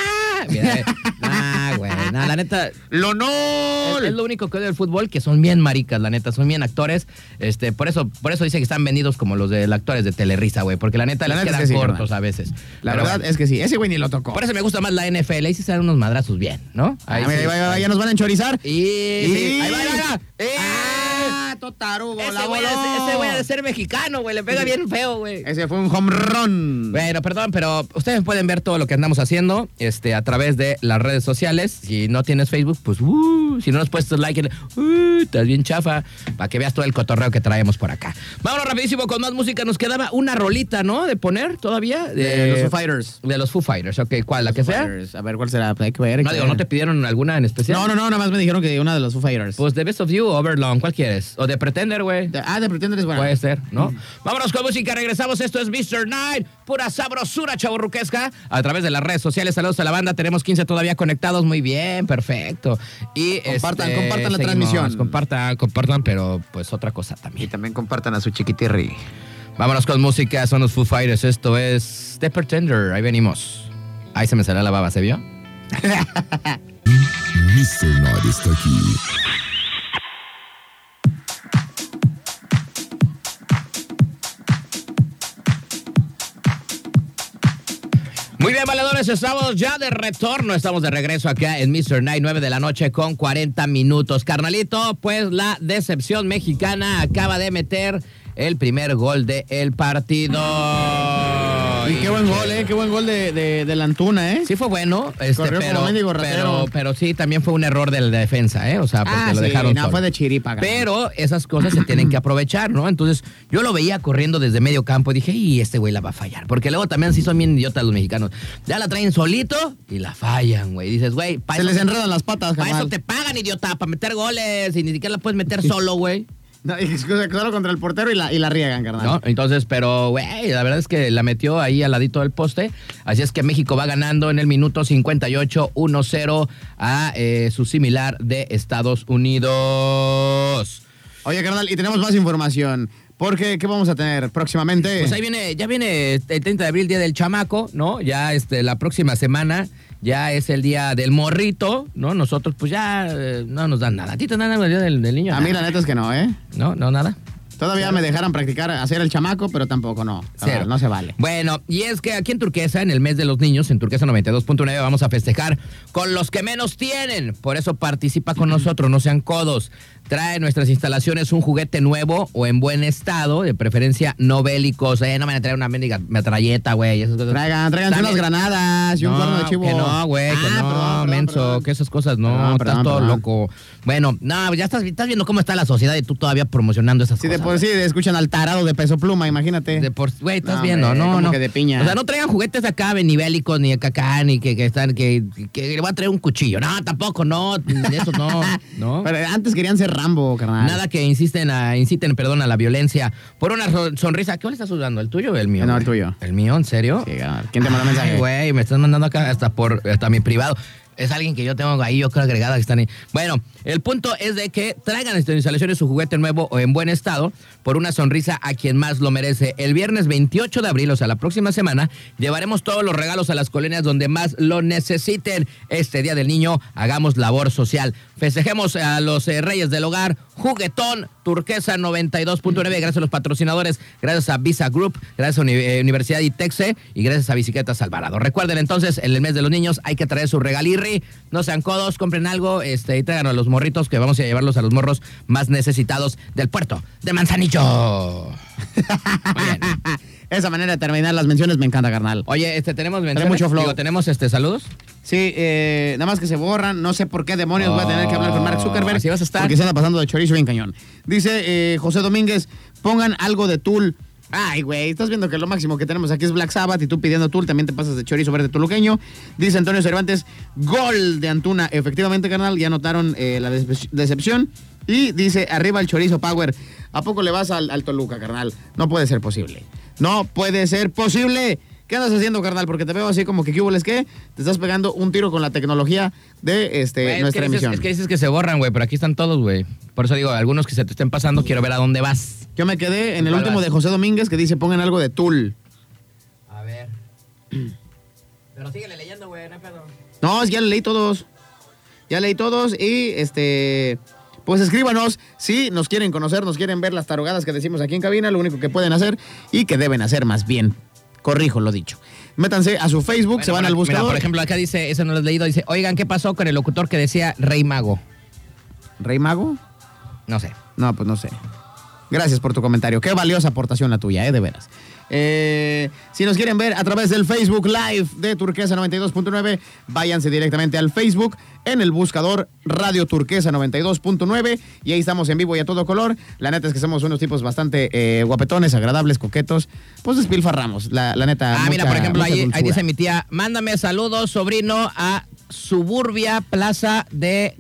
B: Mira, eh, nah, güey, nah, la neta. es-
C: ¡Lo no!
B: Es lo único que odio del fútbol, que son bien maricas, la neta, son bien actores. Este, por eso, por eso dicen que están vendidos como los de los actores de Telerisa, güey. Porque la neta
C: La
B: les
C: neta es
B: quedan
C: que sí,
B: cortos
C: carnal.
B: a veces.
C: La
B: Pero
C: verdad
B: bueno,
C: es que sí. Ese güey ni lo tocó.
B: Por eso me gusta más la NFL, ahí sí se dan unos madrazos bien, ¿no?
C: Ah,
B: Ahí
C: mira,
B: sí.
C: ahí va, ahí va, ya nos van a enchorizar.
B: Y, sí, ahí va, ahí va, ahí va. ¡Eh!
C: ¡Ah, Totarugo!
B: ese
C: la
B: güey
C: voló.
B: ese- ese güey ha de ser mexicano, güey. Le pega bien feo, güey.
C: Ese fue un home run.
B: Eh, Bueno, perdón, pero ustedes pueden ver todo lo que andamos haciendo este, a través de las redes sociales. Si no tienes Facebook, pues uh, si no nos puedes like, uh, estás bien chafa, para que veas todo el cotorreo que traemos por acá. Vámonos rapidísimo con más música. Nos quedaba una rolita, ¿no? De poner todavía.
C: De los Foo Fighters.
B: De los Foo Fighters, ok. ¿Cuál? ¿La que sea?
C: Fighters. A ver, ¿cuál será? Hay que ver. hay
B: No,
C: que
B: digo,
C: ver.
B: ¿no te pidieron alguna en especial?
C: No, no, no, nada más me dijeron que una de los Foo Fighters.
B: Pues The Best of You o Overlong, ¿cuál quieres? O The Pretender, güey.
C: De- ah, de Pretenders, bueno.
B: Puede ser, ¿no? Vámonos con música, regresamos. Esto es Mr. Night, pura sabrosura chaburruquesca. A través de las redes sociales, saludos a la banda. Tenemos 15 todavía conectados. Muy bien, perfecto. Y este,
C: Compartan, compartan la transmisión.
B: Compartan, compartan, pero pues otra cosa
F: Y
B: también.
F: también compartan a su chiquitirri.
B: Vámonos con música, son los Foo Fighters. Esto es The Pretender. Ahí venimos. Ahí se me salió la baba, ¿se vio?
A: Mr. Night está aquí.
B: Muy bien, valedores, estamos ya de retorno. Estamos de regreso acá en Mr. Night, 9 de la noche con 40 minutos. Carnalito, pues la decepción mexicana acaba de meter el primer gol del partido.
C: Y qué buen gol, ¿eh? Qué buen gol de, de, de la Antuna, ¿eh?
B: Sí fue bueno, este,
C: Corrió como
B: pero,
C: mendigo ratero.
B: pero, pero sí, también fue un error de la defensa, ¿eh? O sea, porque
C: Ah,
B: lo
C: sí,
B: dejaron
C: no,
B: solo.
C: fue de chiripa. cara.
B: Pero esas cosas se tienen que aprovechar, ¿no? Entonces, yo lo veía corriendo desde medio campo y dije, y este güey la va a fallar. Porque luego también sí son bien idiotas los mexicanos. Ya la traen solito y la fallan, güey. Dices, güey, pa'
C: Se
B: eso
C: les
B: te-
C: enredan las patas,
B: Para
C: carnal.
B: eso te pagan, idiota, para meter goles y ni siquiera la puedes meter solo, güey.
C: No, y se quedaron contra el portero y la, y la riegan, carnal.
B: ¿No? Entonces, pero, güey, la verdad es que la metió ahí al ladito del poste. Así es que México va ganando en el minuto 58, 1-0 a eh, su similar de Estados Unidos.
C: Oye, carnal, y tenemos más información. Porque, ¿qué vamos a tener próximamente?
B: Pues ahí viene, ya viene este, el 30 de abril, Día del Chamaco, ¿no? Ya este, la próxima semana ya es el Día del Morrito, ¿no? Nosotros pues ya eh, no nos dan nada. ¿A ti te dan algo el Día del, del Niño?
C: a mí
B: Nada.
C: la neta es que no, ¿eh?
B: No, no, nada.
C: Todavía me dejaron practicar hacer el chamaco, pero tampoco no.
B: Cero.
C: Carnal, No se vale.
B: Bueno, y es que aquí en Turquesa, en el mes de los niños, en Turquesa 92.9, vamos a festejar con los que menos tienen. Por eso participa con nosotros, no sean codos. Trae a nuestras instalaciones un juguete nuevo o en buen estado, de preferencia no bélicos. Eh, no me van a traer una mendiga metralleta, güey. esas cosas.
C: Traigan, tráiganse
B: También-
C: unas granadas y un cuerno de chivo.
B: que no, güey, que
C: Ah,
B: no,
C: perdón, perdón,
B: menso,
C: perdón.
B: que esas cosas no,
C: Perdón,
B: estás
C: perdón,
B: todo
C: perdón.
B: loco. Bueno, no, ya estás, estás viendo cómo está la sociedad y tú todavía promocionando esas
C: Si
B: cosas.
C: de por sí escuchan al tarado de peso pluma, imagínate.
B: De por- güey, estás
C: No,
B: viendo,
C: hombre,
B: no,
C: como
B: no.
C: que de piña.
B: O sea, no traigan juguetes acá, ni bélicos, ni de cacá, ni que, que están, que, que le voy a traer un cuchillo. No, tampoco, no, de eso no, no.
C: Pero antes querían ser Rambo, carnal.
B: Nada que insisten a, inciten, perdón, a la violencia por una so- sonrisa. ¿Qué le estás usando? ¿El tuyo o el mío?
C: No, el
B: güey?
C: tuyo.
B: ¿El mío? ¿En serio?
C: Sí, carnal. ¿Quién te mandó
B: Ay,
C: mensaje?
B: Güey, me estás mandando acá hasta por hasta mi privado. Es alguien que yo tengo ahí, yo creo agregada que están ahí. Bueno, el punto es de que traigan a sus instalaciones su juguete nuevo o en buen estado por una sonrisa a quien más lo merece. El viernes 28 de abril, o sea, la próxima semana, llevaremos todos los regalos a las colonias donde más lo necesiten. Este Día del Niño, hagamos labor social. Festejemos a los eh, reyes del hogar. Juguetón, Turquesa 92.9. Gracias a los patrocinadores, gracias a Visa Group, gracias a Uni- eh, Universidad ITEXE y gracias a Bicicletas Alvarado. Recuerden entonces, en el mes de los niños hay que traer su regalirri. No sean codos, compren algo este, y traigan a los morritos que vamos a llevarlos a los morros más necesitados del puerto de Manzanillo. Muy bien.
C: Ah, Esa manera de terminar las menciones me encanta, carnal.
B: Oye, este, tenemos mensajes.
C: mucho flow.
B: Digo, tenemos este, saludos.
C: Sí, eh, nada más que se borran. No sé por qué demonios voy a tener que hablar con Mark Zuckerberg.
B: Así vas a estar.
C: Porque se anda pasando de chorizo bien cañón. Dice eh, José Domínguez, pongan algo de Tool. Ay, güey, estás viendo que lo máximo que tenemos aquí es Black Sabbath y tú pidiendo Tool también te pasas de chorizo verde toluqueño. Dice Antonio Cervantes, gol de Antuna. Efectivamente, carnal, ya notaron eh, la decep- decepción. Y dice, arriba el chorizo Power. ¿A poco le vas al, al Toluca, carnal? No puede ser posible. No puede ser posible. ¿Qué andas haciendo, carnal? Porque te veo así como que, ¿qué hubo, les qué? Te estás pegando un tiro con la tecnología de este,
B: Güey, es
C: nuestra
B: que dices-
C: emisión.
B: es que dices que se borran, güey, pero aquí están todos, güey. Por eso digo, algunos que se te estén pasando, quiero ver a dónde vas.
C: Yo me quedé en el
B: ¿Cuál
C: último
B: vas?
C: de José Domínguez que dice pongan algo de Tool.
B: A ver. Pero síguele leyendo, güey, no hay pedo.
C: No, ya leí todos. Ya leí todos y este. Pues escríbanos si nos quieren conocer, nos quieren ver las tarugadas que decimos aquí en cabina, lo único que pueden hacer y que deben hacer más bien. Corrijo lo dicho. Métanse a su Facebook, se van al buscador.
B: por ejemplo, acá dice, eso no lo he leído, dice, oigan, ¿qué pasó con el locutor que decía Rey Mago?
C: ¿Rey Mago?
B: No sé.
C: No, pues no sé. Gracias por tu comentario. Qué valiosa aportación la tuya, ¿eh? De veras. Eh, si nos quieren ver a través del Facebook Live de Turquesa 92.9, váyanse directamente al Facebook en el buscador Radio Turquesa 92.9 y ahí estamos en vivo y a todo color. La neta es que somos unos tipos bastante eh, guapetones, agradables, coquetos. Pues despilfarramos, la, la neta.
B: Ah, mira,
C: mucha-
B: por ejemplo,
C: mucha
B: ahí, ahí
C: dulzura.
B: dice mi tía, mándame saludos, sobrino, a Suburbia Plaza de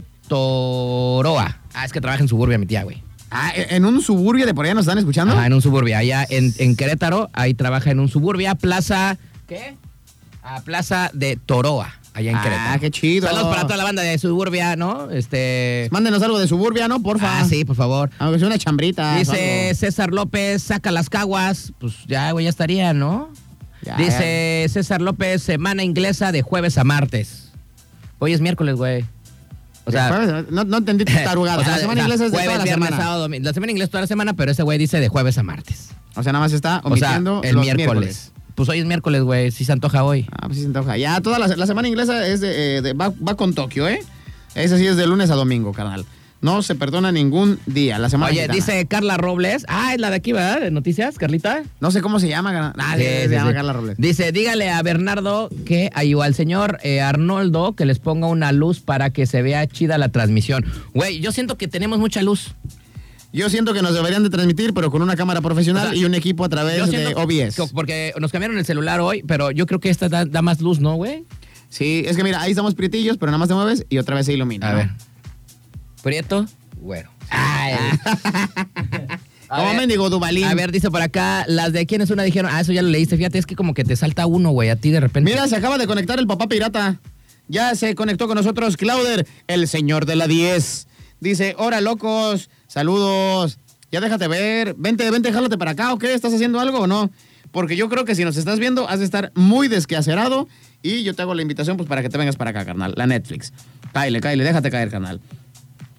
B: Toroa. Ah, es que trabaja en Suburbia, mi tía, güey.
C: Ah, ¿En un suburbio de por allá nos están escuchando?
B: Ajá, en un suburbia. Allá en, en Querétaro, ahí trabaja en un suburbia, plaza. ¿Qué? A plaza de Toroa, allá en
C: Ah,
B: Querétaro.
C: qué chido.
B: Saludos para toda la banda de suburbia, ¿no? Este.
C: Mándenos algo de suburbia, ¿no? Porfa.
B: Ah, sí, por favor. Ah,
C: Aunque sea una chambrita.
B: Dice César López, saca las caguas. Pues ya, güey, ya estaría, ¿no?
C: Ya,
B: Dice César López, semana inglesa de jueves a martes. Hoy es miércoles, güey. O sea,
C: no, no entendí tu tarugada.
B: o sea,
C: la semana
B: o sea,
C: inglesa es de
B: jueves,
C: toda la
B: viernes,
C: semana.
B: sábado, domingo. La semana inglesa es toda la semana, pero ese güey dice de jueves a martes.
C: O sea, nada más está
B: O sea, el
C: omitiendo
B: miércoles.
C: los
B: Pues hoy es miércoles, güey. Sí se antoja hoy.
C: Ah, pues sí se antoja. Ya, toda la, la semana inglesa es de, eh, de- va, va con Tokio, ¿eh? Esa sí es de lunes a domingo, carnal. No se perdona ningún día. La semana
B: Oye,
C: gitana.
B: dice Carla Robles. Ah, es la de aquí, ¿verdad? De noticias, Carlita.
C: No sé cómo se llama. gana- Ah,
B: Sí,
C: sí, se
B: sí,
C: llama
B: sí.
C: Carla Robles.
B: Dice, dígale a Bernardo que ay, o al señor eh, Arnoldo que les ponga una luz para que se vea chida la transmisión. Güey, yo siento que tenemos mucha luz.
C: Yo siento que nos deberían de transmitir, pero con una cámara profesional
B: O sea,
C: y un equipo a
B: Yo
C: través de
B: siento
C: OBS.
B: que- Porque nos cambiaron el celular hoy, pero yo creo que esta da, da más luz, ¿no, güey?
C: Sí, es que mira, ahí estamos prietillos, pero nada más te mueves y otra vez se ilumina.
B: A
C: ¿no?
B: ver. Prieto. Bueno.
C: Como mendigo Dubalín.
B: A ver, dice por acá, las de quién es una dijeron, ah, eso ya lo leíste, fíjate, es que como que te salta uno, güey, a ti de repente.
C: Mira, se acaba de conectar el papá pirata. Ya se conectó con nosotros Clauder, el señor de la 10. Dice, hora locos, saludos. Ya déjate ver. Vente, vente, jálate para acá, ¿o qué? ¿Estás haciendo algo o no? Porque yo creo que si nos estás viendo, has de estar muy desquacerado. Y yo te hago la invitación pues para que te vengas para acá, carnal. La Netflix. Cáile, cáile, déjate caer, carnal.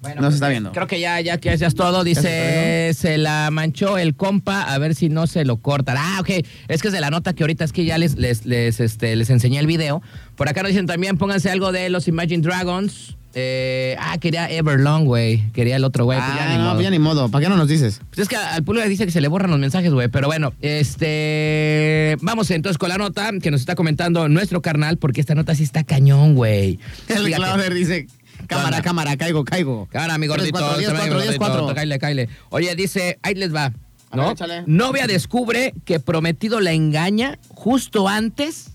B: Bueno,
C: no
B: pues,
C: se está viendo.
B: Creo que ya, ya que ya es todo, dice, se la manchó el compa, a ver si no se lo cortan. Ah, ok, es que es de la nota que ahorita es que ya les, les, les, este, les enseñé el video. Por acá nos dicen también, pónganse algo de los Imagine Dragons. Eh, ah, quería Everlong, güey, quería el otro, güey. pues ya
C: Ah,
B: ni
C: no,
B: modo.
C: pues ya ni modo. ¿Para qué no nos dices?
B: Pues es que al público le dice que se le borran los mensajes, güey. Pero bueno, este. Vamos entonces con la nota que nos está comentando nuestro carnal, porque esta nota sí está cañón, güey.
C: El
B: Fíjate.
C: Clauder dice, cámara,
B: Anda.
C: cámara, caigo, caigo.
B: Ahora, mi gordito.
C: Tres, cuatro, diez,
B: se va mi
C: cuatro, diez,
B: gordito,
C: cuatro.
B: Cáile, cáile. Oye, dice, ahí les va.
C: A
B: ¿no?
C: ver, échale.
B: Novia descubre que prometido la engaña justo antes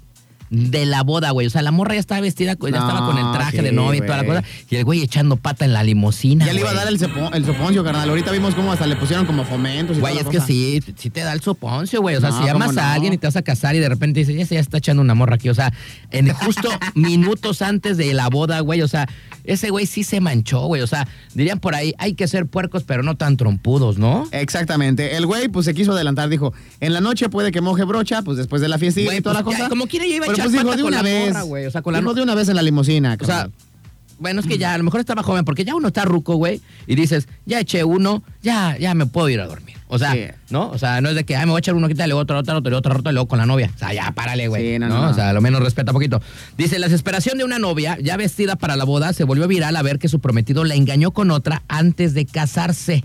B: de la boda, güey. O sea, la morra ya estaba vestida, ya
C: No,
B: estaba con el traje de
C: sí,
B: novia y toda la
C: güey.
B: cosa. Y el güey echando pata en la limusina.
C: Ya le iba a
B: güey.
C: dar el, cepo- el soponcio, carnal. Ahorita vimos cómo hasta le pusieron como fomentos y
B: Güey,
C: toda
B: es
C: la
B: que
C: cosa.
B: sí, sí te da el soponcio, güey. O sea,
C: No,
B: si amas
C: ¿cómo
B: a
C: no?
B: alguien y te vas a casar y de repente dices, ya se ya está echando una morra aquí. O sea, en justo minutos antes de la boda, güey. O sea, ese güey sí se manchó, güey. O sea, dirían por ahí, hay que ser puercos, pero no tan trompudos, ¿no?
C: Exactamente. El güey, pues se quiso adelantar. Dijo, en la noche puede que moje brocha, pues después de la fiesta
B: Güey,
C: y toda
B: pues,
C: la
B: ya,
C: cosa.
B: como quiera ya iba a
C: Pero
B: echar
C: pues dijo
B: pata
C: de
B: con
C: una
B: la
C: vez.
B: morra, güey, o sea, con la
C: dijo
B: no-
C: de una vez en la limusina,
B: O sea,
C: carnal.
B: bueno, es que ya a lo mejor estaba joven, porque ya uno está ruco, güey, y dices, ya eché uno, ya, ya me puedo ir a dormir. O sea,
C: Sí.
B: ¿no? O sea, no es de que, ay, me voy a echar uno, quítale otro, otro, otro, otro, otro, y luego con la novia. O sea, ya, párale, güey.
C: Sí,
B: no,
C: no, no,
B: O
C: no.
B: sea, lo menos respeta poquito. Dice, la desesperación de una novia, ya vestida para la boda, se volvió viral a ver que su prometido la engañó con otra antes de casarse,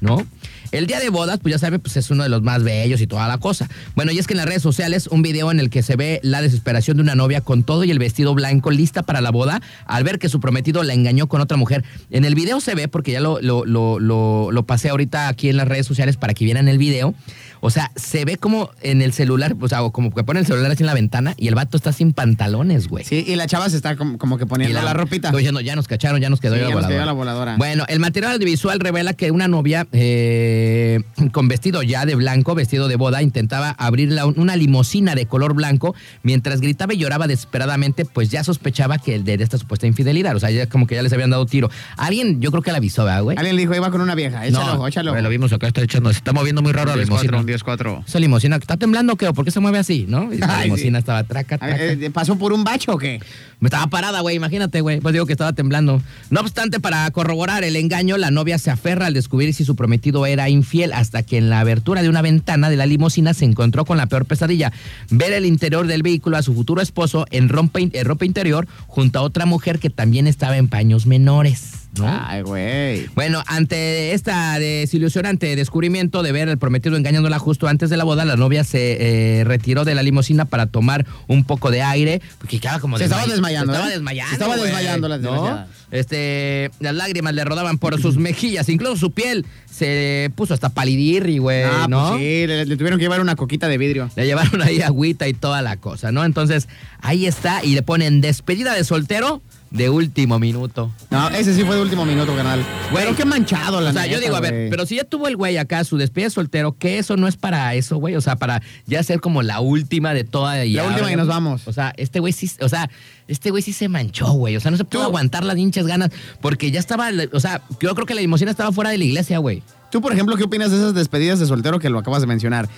B: ¿no? El día de bodas, pues ya sabe, pues es uno de los más bellos y toda la cosa. Bueno, y es que en las redes sociales un video en el que se ve la desesperación de una novia con todo y el vestido blanco lista para la boda al ver que su prometido la engañó con otra mujer. En el video se ve, porque ya lo, lo, lo, lo, lo pasé ahorita aquí en las redes sociales para que vieran el video. O sea, se ve como en el celular, o sea, o como que pone el celular así en la ventana y el vato está sin pantalones, güey.
C: sí, y la chava se está como, como que
B: Y
C: poniendo la, ropita.
B: Estoy diciendo, ya nos cacharon, ya nos quedó
C: Sí,
B: la
C: ya nos
B: voladora.
C: quedó la voladora.
B: Bueno, el material audiovisual revela que una novia eh, con vestido ya de blanco, vestido de boda, intentaba abrir la- una limusina de color blanco mientras gritaba y lloraba desesperadamente, pues ya sospechaba que el de esta supuesta infidelidad. O sea, ya como que ya les habían dado tiro. Alguien, yo creo que la avisó, ¿verdad, güey?
C: Alguien le dijo, iba con una vieja. Échalo,
B: No,
C: échalo.
B: güey, Lo vimos acá, está echando, se está moviendo muy raro la limusina.
C: 4.
B: Esa limusina, ¿está temblando o qué? ¿O ¿Por qué se mueve así, no? Y La
C: Ay, eh,
B: limusina
C: sí.
B: estaba traca, traca.
C: ¿Pasó por un bacho o qué?
B: Me Estaba parada, güey, imagínate, güey. Pues digo que estaba temblando. No obstante, para corroborar el engaño, la novia se aferra al descubrir si su prometido era infiel, hasta que en la abertura de una ventana de la limusina se encontró con la peor pesadilla. Ver el interior del vehículo a su futuro esposo en, rompe- en ropa interior junto a otra mujer que también estaba en paños menores. ¿no?
C: Ay, güey.
B: Bueno, ante esta desilusionante descubrimiento de ver al prometido engañándola justo antes de la boda, la novia se eh, retiró de la limusina para tomar un poco de aire, porque estaba como
C: Se
B: desmay-
C: estaba desmayando,
B: se estaba
C: ¿eh?
B: desmayando,
C: Se estaba
B: güey,
C: desmayando la desgraciada.
B: Este, las lágrimas le rodaban por sus mejillas, incluso su piel se puso hasta palidirri, güey,
C: ah,
B: Eh, ¿no?
C: pues sí, le, le tuvieron que llevar una coquita de vidrio.
B: Le llevaron ahí agüita y toda la cosa, ¿no? Entonces, ahí está y le ponen despedida de soltero de último minuto.
C: No, ese sí fue de último minuto, canal.
B: Güey.
C: Pero qué manchado, la
B: O sea, yo
C: neta,
B: digo, a ver,
C: güey.
B: pero si ya tuvo el güey acá su despedida de soltero, que eso no es para eso, güey. O sea, para ya ser como la última de toda. y
C: La
B: ahora-
C: última y nos vamos.
B: O sea, este güey sí, o sea, este güey sí se manchó, güey. O sea, no se pudo
C: Tú-
B: aguantar las hinchas ganas porque ya estaba, o sea, yo creo que la limusina estaba fuera de la iglesia, güey.
C: Tú, por ejemplo, ¿qué opinas de esas despedidas de soltero que lo acabas de mencionar?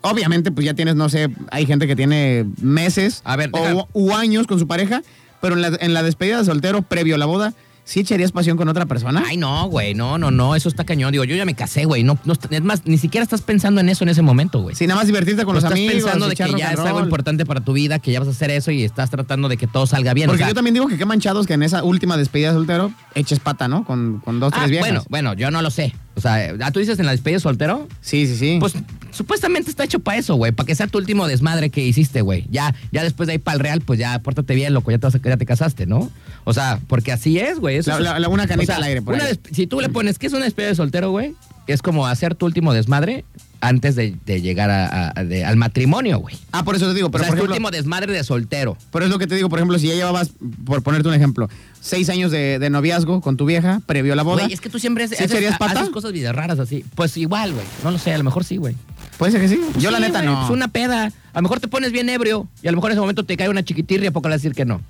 C: Obviamente, pues ya tienes, no sé, hay gente que tiene meses
B: A ver, deja-
C: o, u años con su pareja, pero en la, en la despedida de soltero previo a la boda, ¿Sí echarías pasión con otra persona?
B: Ay, no, güey, no, no, no, eso está cañón. Digo, yo ya me casé, güey. No, no, es más, ni siquiera estás pensando en eso en ese momento, güey.
C: Sí, nada más divertirte con
B: No
C: los
B: Pues estás
C: amigos.
B: pensando de
C: echar
B: que
C: rock
B: ya
C: and
B: es algo
C: roll.
B: importante para tu vida, que ya vas a hacer eso y estás tratando de que todo salga bien.
C: Porque
B: o sea,
C: yo también digo que qué manchados que en esa última despedida de soltero eches pata, ¿no? Con, con dos,
B: Ah,
C: tres viejas.
B: Bueno, bueno, yo no lo sé. O sea, ¿ah, ¿tú dices en la despedida de soltero?
C: Sí, sí, sí.
B: Pues supuestamente está hecho para eso, güey, para que sea tu último desmadre que hiciste, güey. Ya, ya después de ahí para el real, pues ya pórtate bien, loco, ya te, vas a- ya te casaste, ¿no? O sea, porque así es, güey. eso
C: La-
B: es-
C: la- la- una canita al aire, por
B: una
C: ahí.
B: despe- Si tú le pones que es una despedida de soltero, güey, es como hacer tu último desmadre antes de, de llegar a- a- de- al matrimonio, güey.
C: ah, por eso te digo,
B: O
C: pero
B: sea, es
C: por
B: tu
C: ejemplo,
B: último desmadre de soltero.
C: Pero es lo que te digo, por ejemplo, si ya llevabas, por ponerte un ejemplo, seis años de, de noviazgo con tu vieja, previo a la boda.
B: Güey, es que tú siempre haces,
C: ¿Sí echarías
B: haces-
C: pata?
B: haces cosas bien raras así. Pues igual, güey. No lo sé, a lo mejor sí, güey.
C: Puede ser que sí. Yo la
B: Sí,
C: neta
B: güey,
C: no.
B: pues una peda. A lo mejor te pones bien ebrio y a lo mejor en ese momento te cae una chiquitirria, poco le vas a decir que no.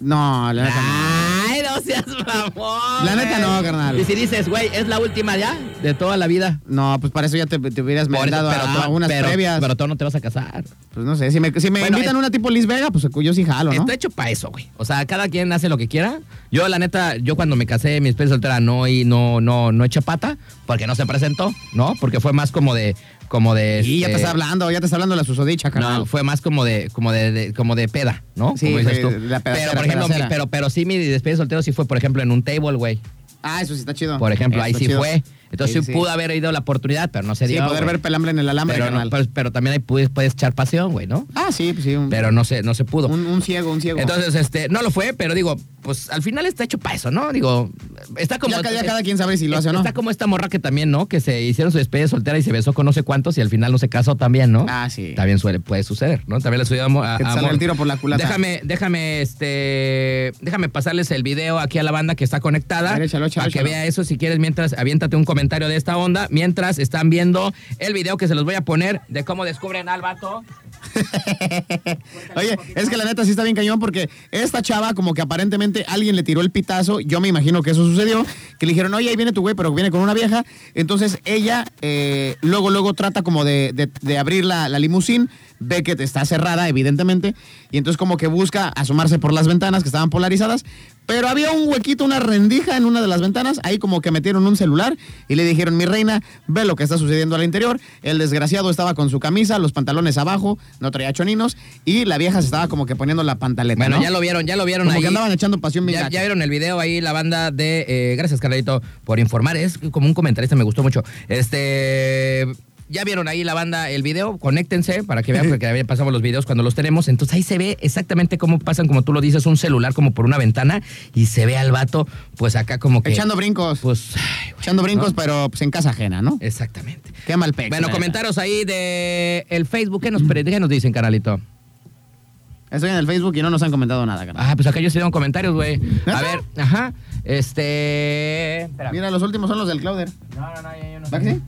C: No, la neta no.
B: Ay, no seas mamón.
C: La neta
B: güey.
C: no, carnal.
B: Y si dices, güey, es la última ya de toda la vida.
C: No, pues para eso ya te, te hubieras
B: Por eso,
C: mandado a, a
B: tú-
C: unas
B: pero-
C: previas.
B: Pero tú no te vas a casar.
C: pues no sé, si me, si me
B: Bueno,
C: invitan
B: es-
C: una tipo Liz Vega, pues yo sí jalo, ¿no?
B: Está hecho para eso, güey. O sea, cada quien hace lo que quiera. Yo, la neta, yo cuando me casé, mi esposa soltera no, y no, no, no eché pata porque no se presentó, ¿no? Porque fue más como de, como de.
C: Y ya te
B: este,
C: está hablando, ya te está hablando la susodicha, carnal.
B: No, fue más como de, como de, de- como de peda, ¿no?
C: Sí,
B: como dices
C: fue
B: tú.
C: la pedacera,
B: pero, por ejemplo,
C: pedacera.
B: mi- pero, pero sí, mi despedida de soltero sí fue, por ejemplo, en un table, güey.
C: Ah, eso sí está chido.
B: Por ejemplo,
C: Eso
B: ahí
C: está
B: sí
C: chido.
B: fue. Entonces
C: Sí,
B: sí,
C: sí.
B: pudo haber ido la oportunidad, pero no se
C: Sí,
B: dio.
C: poder
B: güey.
C: ver pelambre en el alambre,
B: pero, no-
C: carnal.
B: pero, pero también ahí puedes, puedes echar pasión, güey, ¿no?
C: ah, sí, pues sí. Un,
B: Pero no se, no se pudo.
C: un, un ciego, un ciego.
B: Entonces, este, no lo fue, pero digo, pues al final está hecho para eso, ¿no? Digo, está como.
C: ya, ca- ya cada quien sabe si lo hace o no.
B: Está como esta morra que también, ¿no? Que se hicieron su despedida de soltera y se besó con no sé cuántos y al final no se casó también, ¿no?
C: Ah, sí.
B: También suele, puede suceder, ¿no? También le sucedió a mo- a,
C: Que te
B: a
C: salga
B: mor-
C: el tiro por la culata.
B: Déjame, déjame, este, déjame pasarles el video aquí a la banda que está conectada.
C: A ver, échalo, échalo,
B: para que
C: échalo.
B: vea eso, si quieres, mientras, aviéntate un comentario de esta onda. Mientras están viendo el video que se los voy a poner de cómo descubren al vato.
C: Oye, es que la neta sí está bien cañón porque esta chava como que aparentemente alguien le tiró el pitazo, yo me imagino que eso sucedió, que le dijeron, oye, ahí viene tu güey, pero viene con una vieja. Entonces ella eh, luego, luego trata como de, de- de abrir la, la limusín, ve que está cerrada, evidentemente, y entonces como que busca asomarse por las ventanas que estaban polarizadas, pero había un huequito, una rendija en una de las ventanas. Ahí como que metieron un celular y le dijeron, mi reina, ve lo que está sucediendo al interior. El desgraciado estaba con su camisa, los pantalones abajo, no traía choninos y la vieja se estaba como que poniendo la pantaleta.
B: Bueno,
C: ¿no?
B: ya lo vieron, ya lo vieron
C: Como
B: ahí.
C: que andaban echando pasión bien
B: Ya,
C: gacha.
B: ya vieron el video ahí, la banda de. eh, gracias, Carlito, por informar. Es como un comentarista, me gustó mucho. Este. Ya vieron ahí la banda, el video, conéctense para que vean, porque a ver, pasamos los videos cuando los tenemos. Entonces ahí se ve exactamente cómo pasan, como tú lo dices, un celular como por una ventana y se ve al vato, pues acá como que.
C: Echando brincos.
B: Pues. ay, güey,
C: echando brincos,
B: ¿no?
C: pero pues en casa ajena, ¿no?
B: Exactamente.
C: Qué mal pecho.
B: Bueno,
C: la neta.
B: comentaros ahí de el Facebook. ¿Qué nos, qué nos dicen, Carlito?
C: Estoy en el Facebook y no nos han comentado nada, carnal.
B: Ah, pues acá ellos dieron comentarios, güey.
C: ¿Neta?
B: A ver, ajá. Este. Espera.
C: Mira, los últimos son los del Clauder.
B: No, no, no, yo, yo no
C: ¿Va
B: sé.
C: que sí?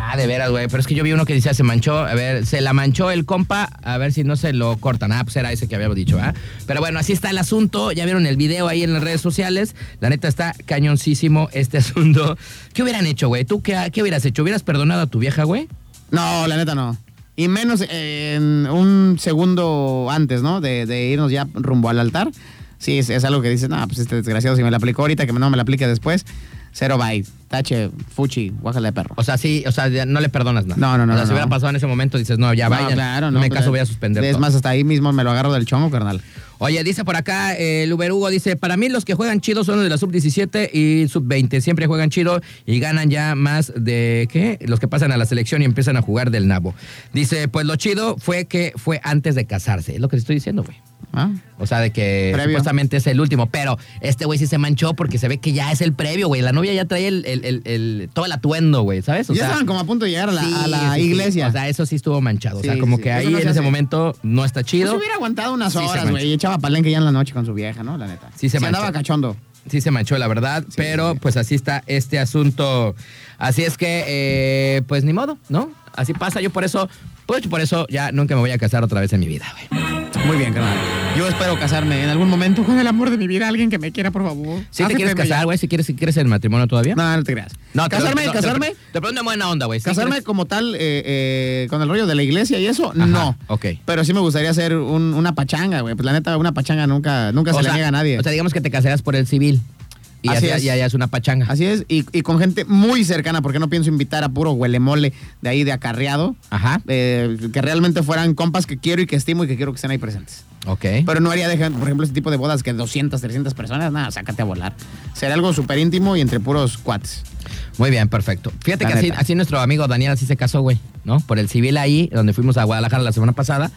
B: Ah, de veras, güey. Pero es que yo vi uno que decía se manchó. A ver, se la manchó el compa. A ver si no se lo cortan. Ah, pues era ese que habíamos dicho, ¿ah? Pero bueno, así está el asunto. Ya vieron el video ahí en las redes sociales. La neta está cañoncísimo este asunto. ¿Qué hubieran hecho, güey? ¿Tú qué, qué hubieras hecho? ¿Hubieras perdonado a tu vieja, güey?
C: No, la neta no. Y menos eh, en un segundo antes, ¿no? De, de irnos ya rumbo al altar. Sí, es, es algo que dices, no, pues este desgraciado si me la aplicó ahorita, que no me la aplique después. Cero bye. Tache, fuchi, guájale de perro.
B: O sea, sí, o sea, ya no le perdonas nada.
C: No, no, no,
B: O sea, si
C: no,
B: hubiera
C: no.
B: pasado en ese momento, dices, no, ya
C: No,
B: vaya. En mi
C: pues,
B: caso voy a suspender.
C: Es
B: todo.
C: más, hasta ahí mismo me lo agarro del chongo, carnal.
B: Oye, dice por acá eh, el Uber Hugo, dice, para mí los que juegan chido son los de la sub-17 y sub-20, siempre juegan chido y ganan ya más de, ¿qué? Los que pasan a la selección y empiezan a jugar del nabo. Dice, pues lo chido fue que fue antes de casarse, es lo que te estoy diciendo, güey.
C: ¿Ah?
B: O sea, de que
C: Previo.
B: supuestamente es el último, pero este güey sí se manchó porque se ve que ya es el previo, güey. La novia ya trae el, el- el- el- todo el atuendo, güey, ¿sabes? O
C: ya
B: sea,
C: estaban como a punto de llegar a la,
B: sí,
C: a la
B: sí, sí.
C: iglesia.
B: O sea, eso sí estuvo manchado. o
C: Sí,
B: sea, como
C: sí.
B: que
C: Eso
B: ahí
C: no se
B: en ese
C: hace.
B: momento no está
C: Pues
B: chido.
C: hubiera aguantado unas
B: Sí, se
C: horas,
B: mancha.
C: güey, y echaba palenque ya en la noche con su vieja, ¿no? La neta.
B: Sí, se mancha.
C: andaba cachondo.
B: Sí se manchó, la verdad, pero
C: sí, sí.
B: pues así está este asunto. Así es que, eh, pues ni modo, ¿no? Así pasa, yo por eso, pues por eso ya nunca me voy a casar otra vez en mi vida, güey.
C: Muy bien, carnal. Yo espero casarme en algún momento con el amor de mi vida. Alguien que me quiera, por favor.
B: Si te quieres
C: Acépteme ya.
B: casar, güey, si quieres, si quieres el matrimonio todavía.
C: No, no te creas.
B: te-
C: casarme,
B: no, te-
C: casarme.
B: Te pregunto en buena onda, güey. ¿Sí
C: Casarme
B: quieres?
C: como tal eh, eh, con el rollo de la iglesia y eso,
B: Ajá,
C: no.
B: ok.
C: Pero sí me gustaría hacer un- una pachanga, güey. Pues la neta, una pachanga nunca, nunca se
B: O
C: la
B: sea,
C: niega a nadie.
B: O sea, digamos que te casarás por el civil. Y
C: Así
B: así
C: es.
B: ya ya es una pachanga.
C: Así es, y, y con gente muy cercana, porque no pienso invitar a puro huelemole de ahí de acarreado,
B: Ajá.
C: eh, que realmente fueran compas que quiero y que estimo y que quiero que estén ahí presentes.
B: Ok.
C: Pero no haría, de gente- por ejemplo, ese tipo de bodas que 200, 300 personas, nada, sácate a volar. Será algo súper íntimo y entre puros cuates.
B: Muy bien, perfecto. Fíjate
C: La
B: que así,
C: neta.
B: así nuestro amigo Daniel así se casó, güey, ¿no? Por el civil ahí, donde fuimos a Guadalajara la semana pasada.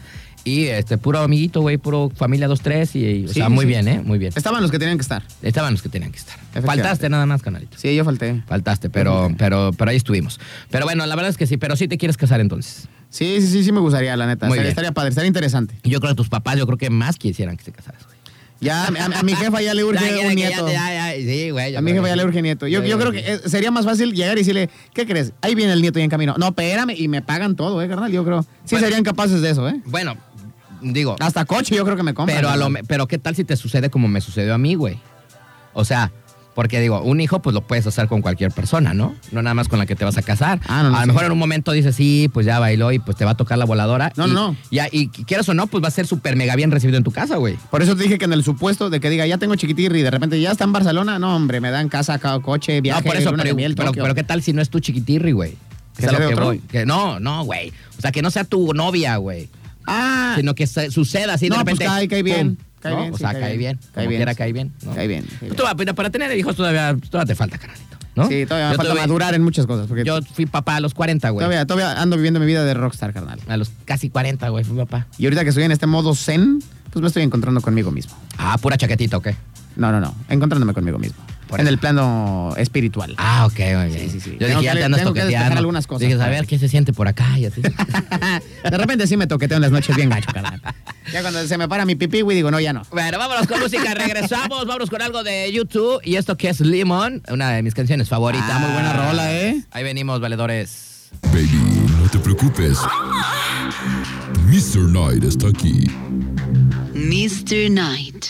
B: Y este, puro amiguito, güey, puro familia 2-3. Y, y, o
C: Sí,
B: sea,
C: sí,
B: muy
C: sí.
B: bien, ¿eh? Muy bien.
C: Estaban los que tenían que estar.
B: Estaban los que tenían que estar.
C: Efectivamente.
B: Faltaste nada más, canalito.
C: Sí, yo falté.
B: Faltaste, pero, pero, pero ahí estuvimos. Pero bueno, la verdad es que sí, pero sí te quieres casar entonces.
C: Sí, sí, sí, sí me gustaría, la neta.
B: Muy
C: Estaría,
B: bien.
C: estaría padre, estaría interesante.
B: Y Yo creo que tus papás, yo creo que más quisieran que te casaras, güey.
C: Ya, a, a mi jefa ya le urge
B: Ya, ya,
C: un
B: ya,
C: nieto.
B: ya, ya, sí, güey, yo
C: A mi
B: creo
C: jefa ya
B: que
C: le
B: sí.
C: urge nieto. Yo,
B: Sí,
C: yo creo
B: güey.
C: que eh, sería más fácil llegar y decirle, ¿qué crees? Ahí viene el nieto ya en camino. No, espérame, y me pagan todo, ¿eh, carnal? Yo creo. Sí
B: Bueno.
C: serían capaces de eso, ¿eh?
B: Bueno, digo,
C: Hasta coche yo creo que me compran.
B: pero, a lo,
C: carnal.
B: me- pero ¿qué tal si te sucede como me sucedió a mí, güey? O sea, porque digo, un hijo pues lo puedes hacer con cualquier persona, ¿no? No nada más con la que te vas a casar.
C: Ah, no, no,
B: a lo
C: sí.
B: mejor en un momento dices, sí, pues ya bailó y pues te va a tocar la voladora.
C: No,
B: y,
C: no, no.
B: Y, y quieras o no, pues va a ser súper mega bien recibido en tu casa, güey.
C: Por eso te dije que en el supuesto de que diga, ya tengo chiquitirri y de repente ya está en Barcelona, no, hombre, me dan casa, ca- coche, viaje,
B: no, por eso,
C: luna de
B: pero,
C: miel,
B: pero,
C: Tokio.
B: pero ¿qué tal si no es tu chiquitirri, güey?
C: ¿Que
B: Es a lo
C: sea de
B: que
C: otro?
B: voy. Que no, no, güey. O sea, que no sea tu novia, güey.
C: Ah,
B: Sino que se- suceda así de
C: No, pues
B: repente.
C: cae- cae bien,
B: pum,
C: cae
B: ¿no?
C: bien,
B: O
C: sí,
B: sea,
C: cae
B: cae
C: bien,
B: bien.
C: cae
B: Como
C: bien,
B: quiera,
C: sí.
B: cae bien. ¿no?
C: Cae bien, cae
B: Tú todavía- pero para tener hijos todavía, todavía te falta, carnalito. ¿no?
C: Sí, todavía me
B: Yo
C: falta
B: tuve-
C: madurar en muchas cosas. Porque
B: Yo fui papá a los 40, güey.
C: todavía, todavía ando viviendo mi vida de rockstar, carnal.
B: A los casi 40, güey, fui papá.
C: Y ahorita que estoy en este modo zen, pues me estoy encontrando conmigo mismo.
B: Ah, pura chaquetita, ¿ok?
C: No, no, no. Encontrándome conmigo mismo.
B: Por
C: en
B: eso.
C: el plano espiritual.
B: Ah, ok, muy bien.
C: Sí, sí, sí.
B: Yo
C: Tengo
B: dije, ya
C: que-
B: te andas
C: tengo que despejar
B: toqueteando.
C: algunas cosas, pues.
B: Dije, a ver
C: parece.
B: qué se siente por acá y así.
C: De repente sí me toqueteo en las noches bien gacho, carnal. Ya cuando se me para mi pipí, güey, digo, no, ya no.
B: Bueno, vámonos con música, regresamos, vámonos con algo de YouTube y esto que es Lemon, una de mis canciones favoritas.
C: Ah, muy buena rola, ¿eh?
B: Ahí venimos, valedores.
A: Baby, no te preocupes. Mr. Knight está aquí.
F: Mr. Knight.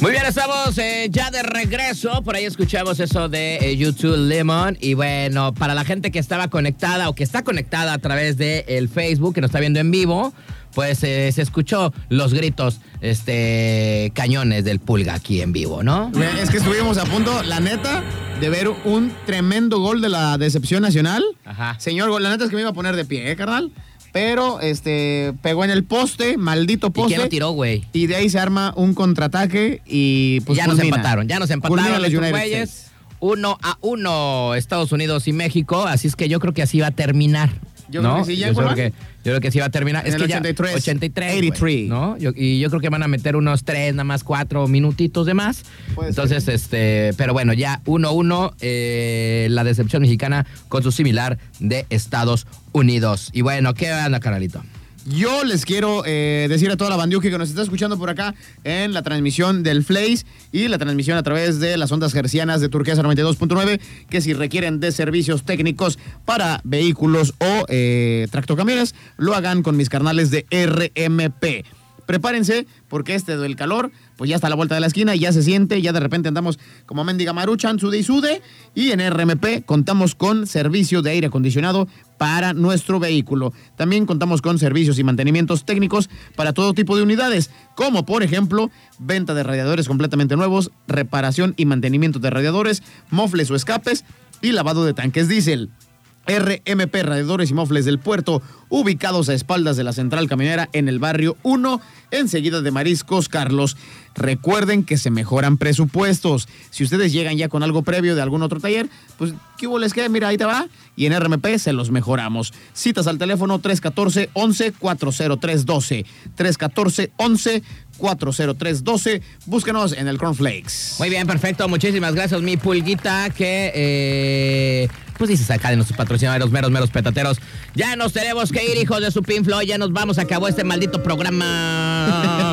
B: Muy bien, estamos eh, ya de regreso. Por ahí escuchamos eso de eh, YouTube Lemon. Y bueno, para la gente que estaba conectada o que está conectada a través de el Facebook, que nos está viendo en vivo, pues eh, se escuchó los gritos este, cañones del pulga aquí en vivo, ¿no?
C: Güey, Es que estuvimos a punto, la neta, de ver un tremendo gol de la decepción nacional.
B: Ajá.
C: Señor, gol, la neta es que me iba a poner de pie, ¿eh, carnal? Pero, este, pegó en el poste, maldito
B: ¿Y
C: poste.
B: quién lo tiró, güey?
C: Y de ahí se arma un contraataque y pues
B: ya nos
C: culmina.
B: empataron, ya nos
C: Culmina
B: empataron
C: los
B: los
C: United
B: güeyes.
C: States.
B: Uno a uno, Estados Unidos y México. Así es que yo creo que así va a terminar.
C: Yo
B: ¿no?
C: creo que sí, ¿ya,
B: yo, creo
C: Colman?
B: que, yo creo que sí va a terminar.
C: En
B: es
C: el
B: que ya-
C: 83,
B: 83. güey,
C: 83.
B: ¿no? Yo- y yo creo que van a meter unos tres, nada más cuatro minutitos de más.
C: Puede
B: Entonces, este. Pero bueno, ya uno a uno, eh, la decepción mexicana con su similar de Estados Unidos. Y bueno, ¿qué anda, canalito?
C: Yo les quiero eh, decir a toda la bandiuki que nos está escuchando por acá en la transmisión del Flays y la transmisión a través de las ondas gercianas de Turquesa 92.9 que si requieren de servicios técnicos para vehículos o eh, tractocamiones, lo hagan con mis carnales de RMP. Prepárense porque este del calor, pues ya está a la vuelta de la esquina, ya se siente, ya de repente andamos como mendiga maruchan, sude y sude. Y en RMP contamos con servicio de aire acondicionado para nuestro vehículo. También contamos con servicios y mantenimientos técnicos para todo tipo de unidades, como por ejemplo venta de radiadores completamente nuevos, reparación y mantenimiento de radiadores, mofles o escapes y lavado de tanques diésel. RMP Radiadores y Mofles del Puerto, ubicados a espaldas de la Central Caminera en el barrio 1, enseguida de Mariscos Carlos. Recuerden que se mejoran presupuestos. Si ustedes llegan ya con algo previo de algún otro taller, pues ¿qué hubo les queda? Mira, ahí te va. Y en RMP se los mejoramos. Citas al teléfono 314 11 403 12. 314 11 403 12. Búsquenos en el Cornflakes.
B: Muy bien, perfecto. Muchísimas gracias, mi pulguita, que eh, pues dices acá de nuestros patrocinadores meros, meros petateros. Ya nos tenemos que ir, hijos de su pinflo. Ya nos vamos. Acabó este maldito programa.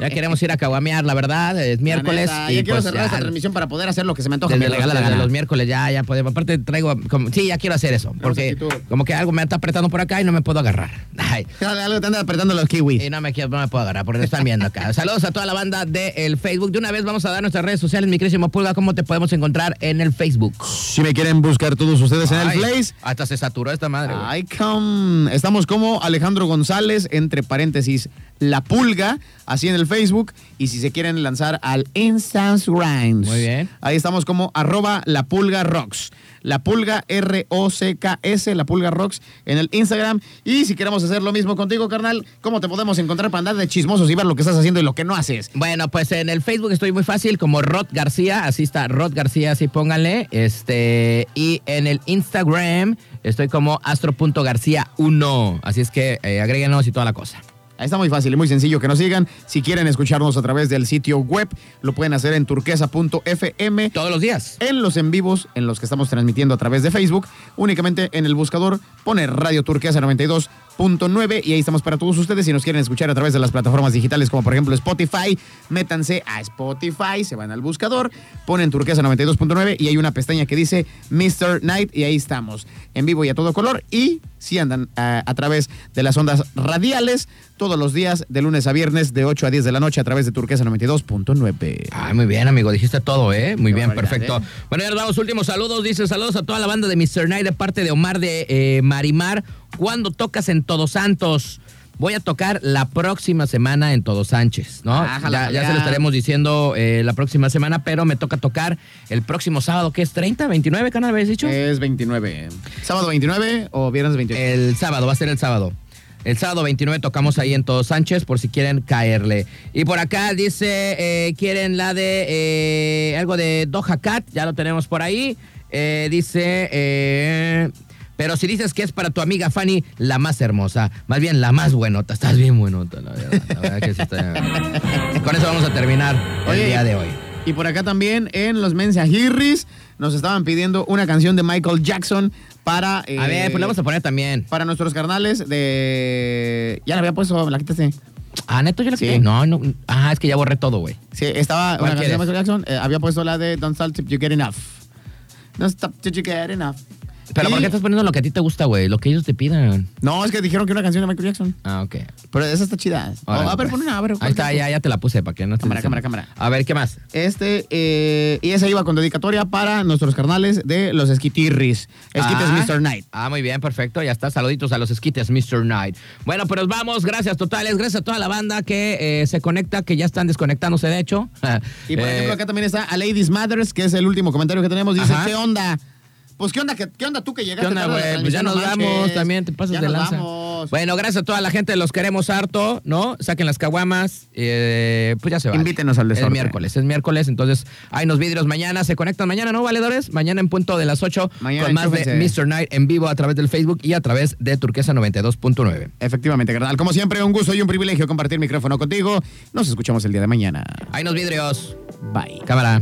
B: Ya queremos ir a caguamear, la verdad. Es miércoles.
C: La neta,
B: y
C: ya quiero
B: pues,
C: cerrar
B: ya,
C: esta transmisión para poder hacer lo que se me antoja.
B: Desde,
C: me
B: la-
C: regala la
B: desde
C: gana.
B: los miércoles ya, ya podemos. Aparte traigo, como- sí, ya quiero hacer eso, porque
C: actitud.
B: como que algo me está apretando por acá y no me puedo agarrar. Ay,
C: Algo te anda apretando los kiwis.
B: y no me, quiero- no me puedo agarrar porque me están viendo acá. Saludos a toda la banda del Facebook. De una vez vamos a dar nuestras redes sociales, mi querísimo Pulga, cómo te podemos encontrar en el Facebook.
C: Si me quieren buscar todos ustedes en
B: Ay,
C: el Place.
B: Hasta se saturó esta madre. güey.
C: Icon. Estamos como Alejandro González, entre paréntesis, La Pulga, así en el Facebook. Y si se quieren lanzar al Instance Rhymes.
B: Muy bien.
C: Ahí estamos como arroba La Pulga Rocks. La Pulga R-O-C-K-S, La Pulga Rocks en el Instagram. Y si queremos hacer lo mismo contigo, carnal, ¿cómo te podemos encontrar para andar de chismosos y ver lo que estás haciendo y lo que no haces?
B: Bueno, pues en el Facebook estoy muy fácil, como Rod García, así está Rod García, así pónganle. Este, y en el Instagram estoy como astro.garcía1. Así es que eh, agréguenos y toda la cosa.
C: Ahí está muy fácil y muy sencillo que nos sigan. Si quieren escucharnos a través del sitio web, lo pueden hacer en turquesa.fm.
B: Todos los días.
C: En los en vivos, en los que estamos transmitiendo a través de Facebook, únicamente en el buscador pone Radio Turquesa 92.9 y ahí estamos para todos ustedes. Si nos quieren escuchar a través de las plataformas digitales como por ejemplo Spotify, métanse a Spotify, se van al buscador, ponen Turquesa 92.9 y hay una pestaña que dice Mr. Night y ahí estamos, en vivo y a todo color. Y si andan ah, a través de las ondas radiales todos los días, de lunes a viernes, de 8 a 10 de la noche a través de Turquesa 92.9.
B: Ay, muy bien, amigo. Dijiste todo, ¿eh? Muy
C: Qué
B: bien,
C: barbaridad,
B: perfecto.
C: ¿eh?
B: Bueno, ya nos damos últimos saludos. Dice saludos a toda la banda de Mr. Night de parte de Omar de eh, Marimar. ¿Cuándo tocas en Todos Santos? Voy a tocar la próxima semana en Todos Sánchez, ¿no?
C: Ájala,
B: ya, ya
C: ya.
B: se lo estaremos diciendo eh, la próxima semana, pero me toca tocar el próximo sábado, que es 30, 29, canal, habías dicho?
C: Es 29. ¿Sábado 29 o viernes 28?
B: El sábado, va a ser el sábado. El sábado 29 tocamos ahí en Todos Sánchez por si quieren caerle. Y por acá dice, eh, quieren la de eh, algo de Doja Cat, ya lo tenemos por ahí. Eh, dice, eh, pero si dices que es para tu amiga Fanny, la más hermosa, más bien la más buenota, estás bien buenota, la verdad. la verdad que sí está- Con eso vamos a terminar el
C: Oye,
B: día de hoy.
C: Y por acá también en los mensajirris nos estaban pidiendo una canción de Michael Jackson para. eh,
B: A ver, pues la vamos a poner también.
C: Para nuestros carnales de. Ya la había puesto, me la quitaste.
B: Ah, neto, yo la
C: Sí.
B: quité. No, no. Ah, es que ya borré todo, güey.
C: Sí, estaba
B: ¿Cuál
C: una canción de
B: quieres?
C: Michael Jackson. eh, había puesto la de Don't Stop Till You Get Enough. Don't Stop Till You Get Enough.
B: Pero
C: Y-
B: ¿por qué estás poniendo lo que a ti te gusta, güey? Lo que ellos te pidan.
C: No, es que dijeron que era una canción de Michael Jackson.
B: Ah, ok.
C: Pero esa está chida.
B: Órale,
C: a ver,
B: pues.
C: pon una, a ver.
B: Ahí
C: ¿cuál
B: está,
C: quieres?
B: ya, ya te la puse para que no estés
C: Cámara,
B: diciendo.
C: cámara, cámara.
B: A ver, ¿qué más?
C: Este, eh, y esa iba con dedicatoria para nuestros carnales de los esquitirris. Esquites
B: Ah.
C: Mr. Knight.
B: Ah, muy bien, perfecto. Ya está. Saluditos a los esquites, Mr. Knight. Bueno, pues nos vamos. Gracias totales. Gracias a toda la banda que eh, se conecta, que ya están desconectándose, de hecho.
C: Y por
B: Eh,
C: ejemplo, acá también está a Ladies Matters, que es el último comentario que tenemos. Dice,
B: Ajá.
C: ¿qué onda? Pues, ¿qué onda, que- qué onda tú que llegaste?
B: ¿Qué onda,
C: tarde a la
B: güey? Pues ya nos
C: transmisión? No
B: vamos
C: manches.
B: también, te pasas
C: Ya
B: de
C: nos
B: lanza.
C: vamos.
B: Bueno, gracias a toda la gente, los queremos harto, ¿no? Saquen las caguamas, eh, pues ya se va.
C: Invítenos al
B: Es
C: desorden.
B: miércoles, es miércoles, entonces hay unos vidrios mañana, se conectan mañana, ¿no, valedores? Mañana en punto de las 8
C: Mañana
B: con más de
C: enchúfense.
B: Mr. Night en vivo a través del Facebook y a través de Turquesa 92.9.
C: Efectivamente, carnal. Como siempre, un gusto y un privilegio compartir micrófono contigo. Nos escuchamos el día de mañana.
B: Hay unos vidrios.
C: Bye.
B: Cámara.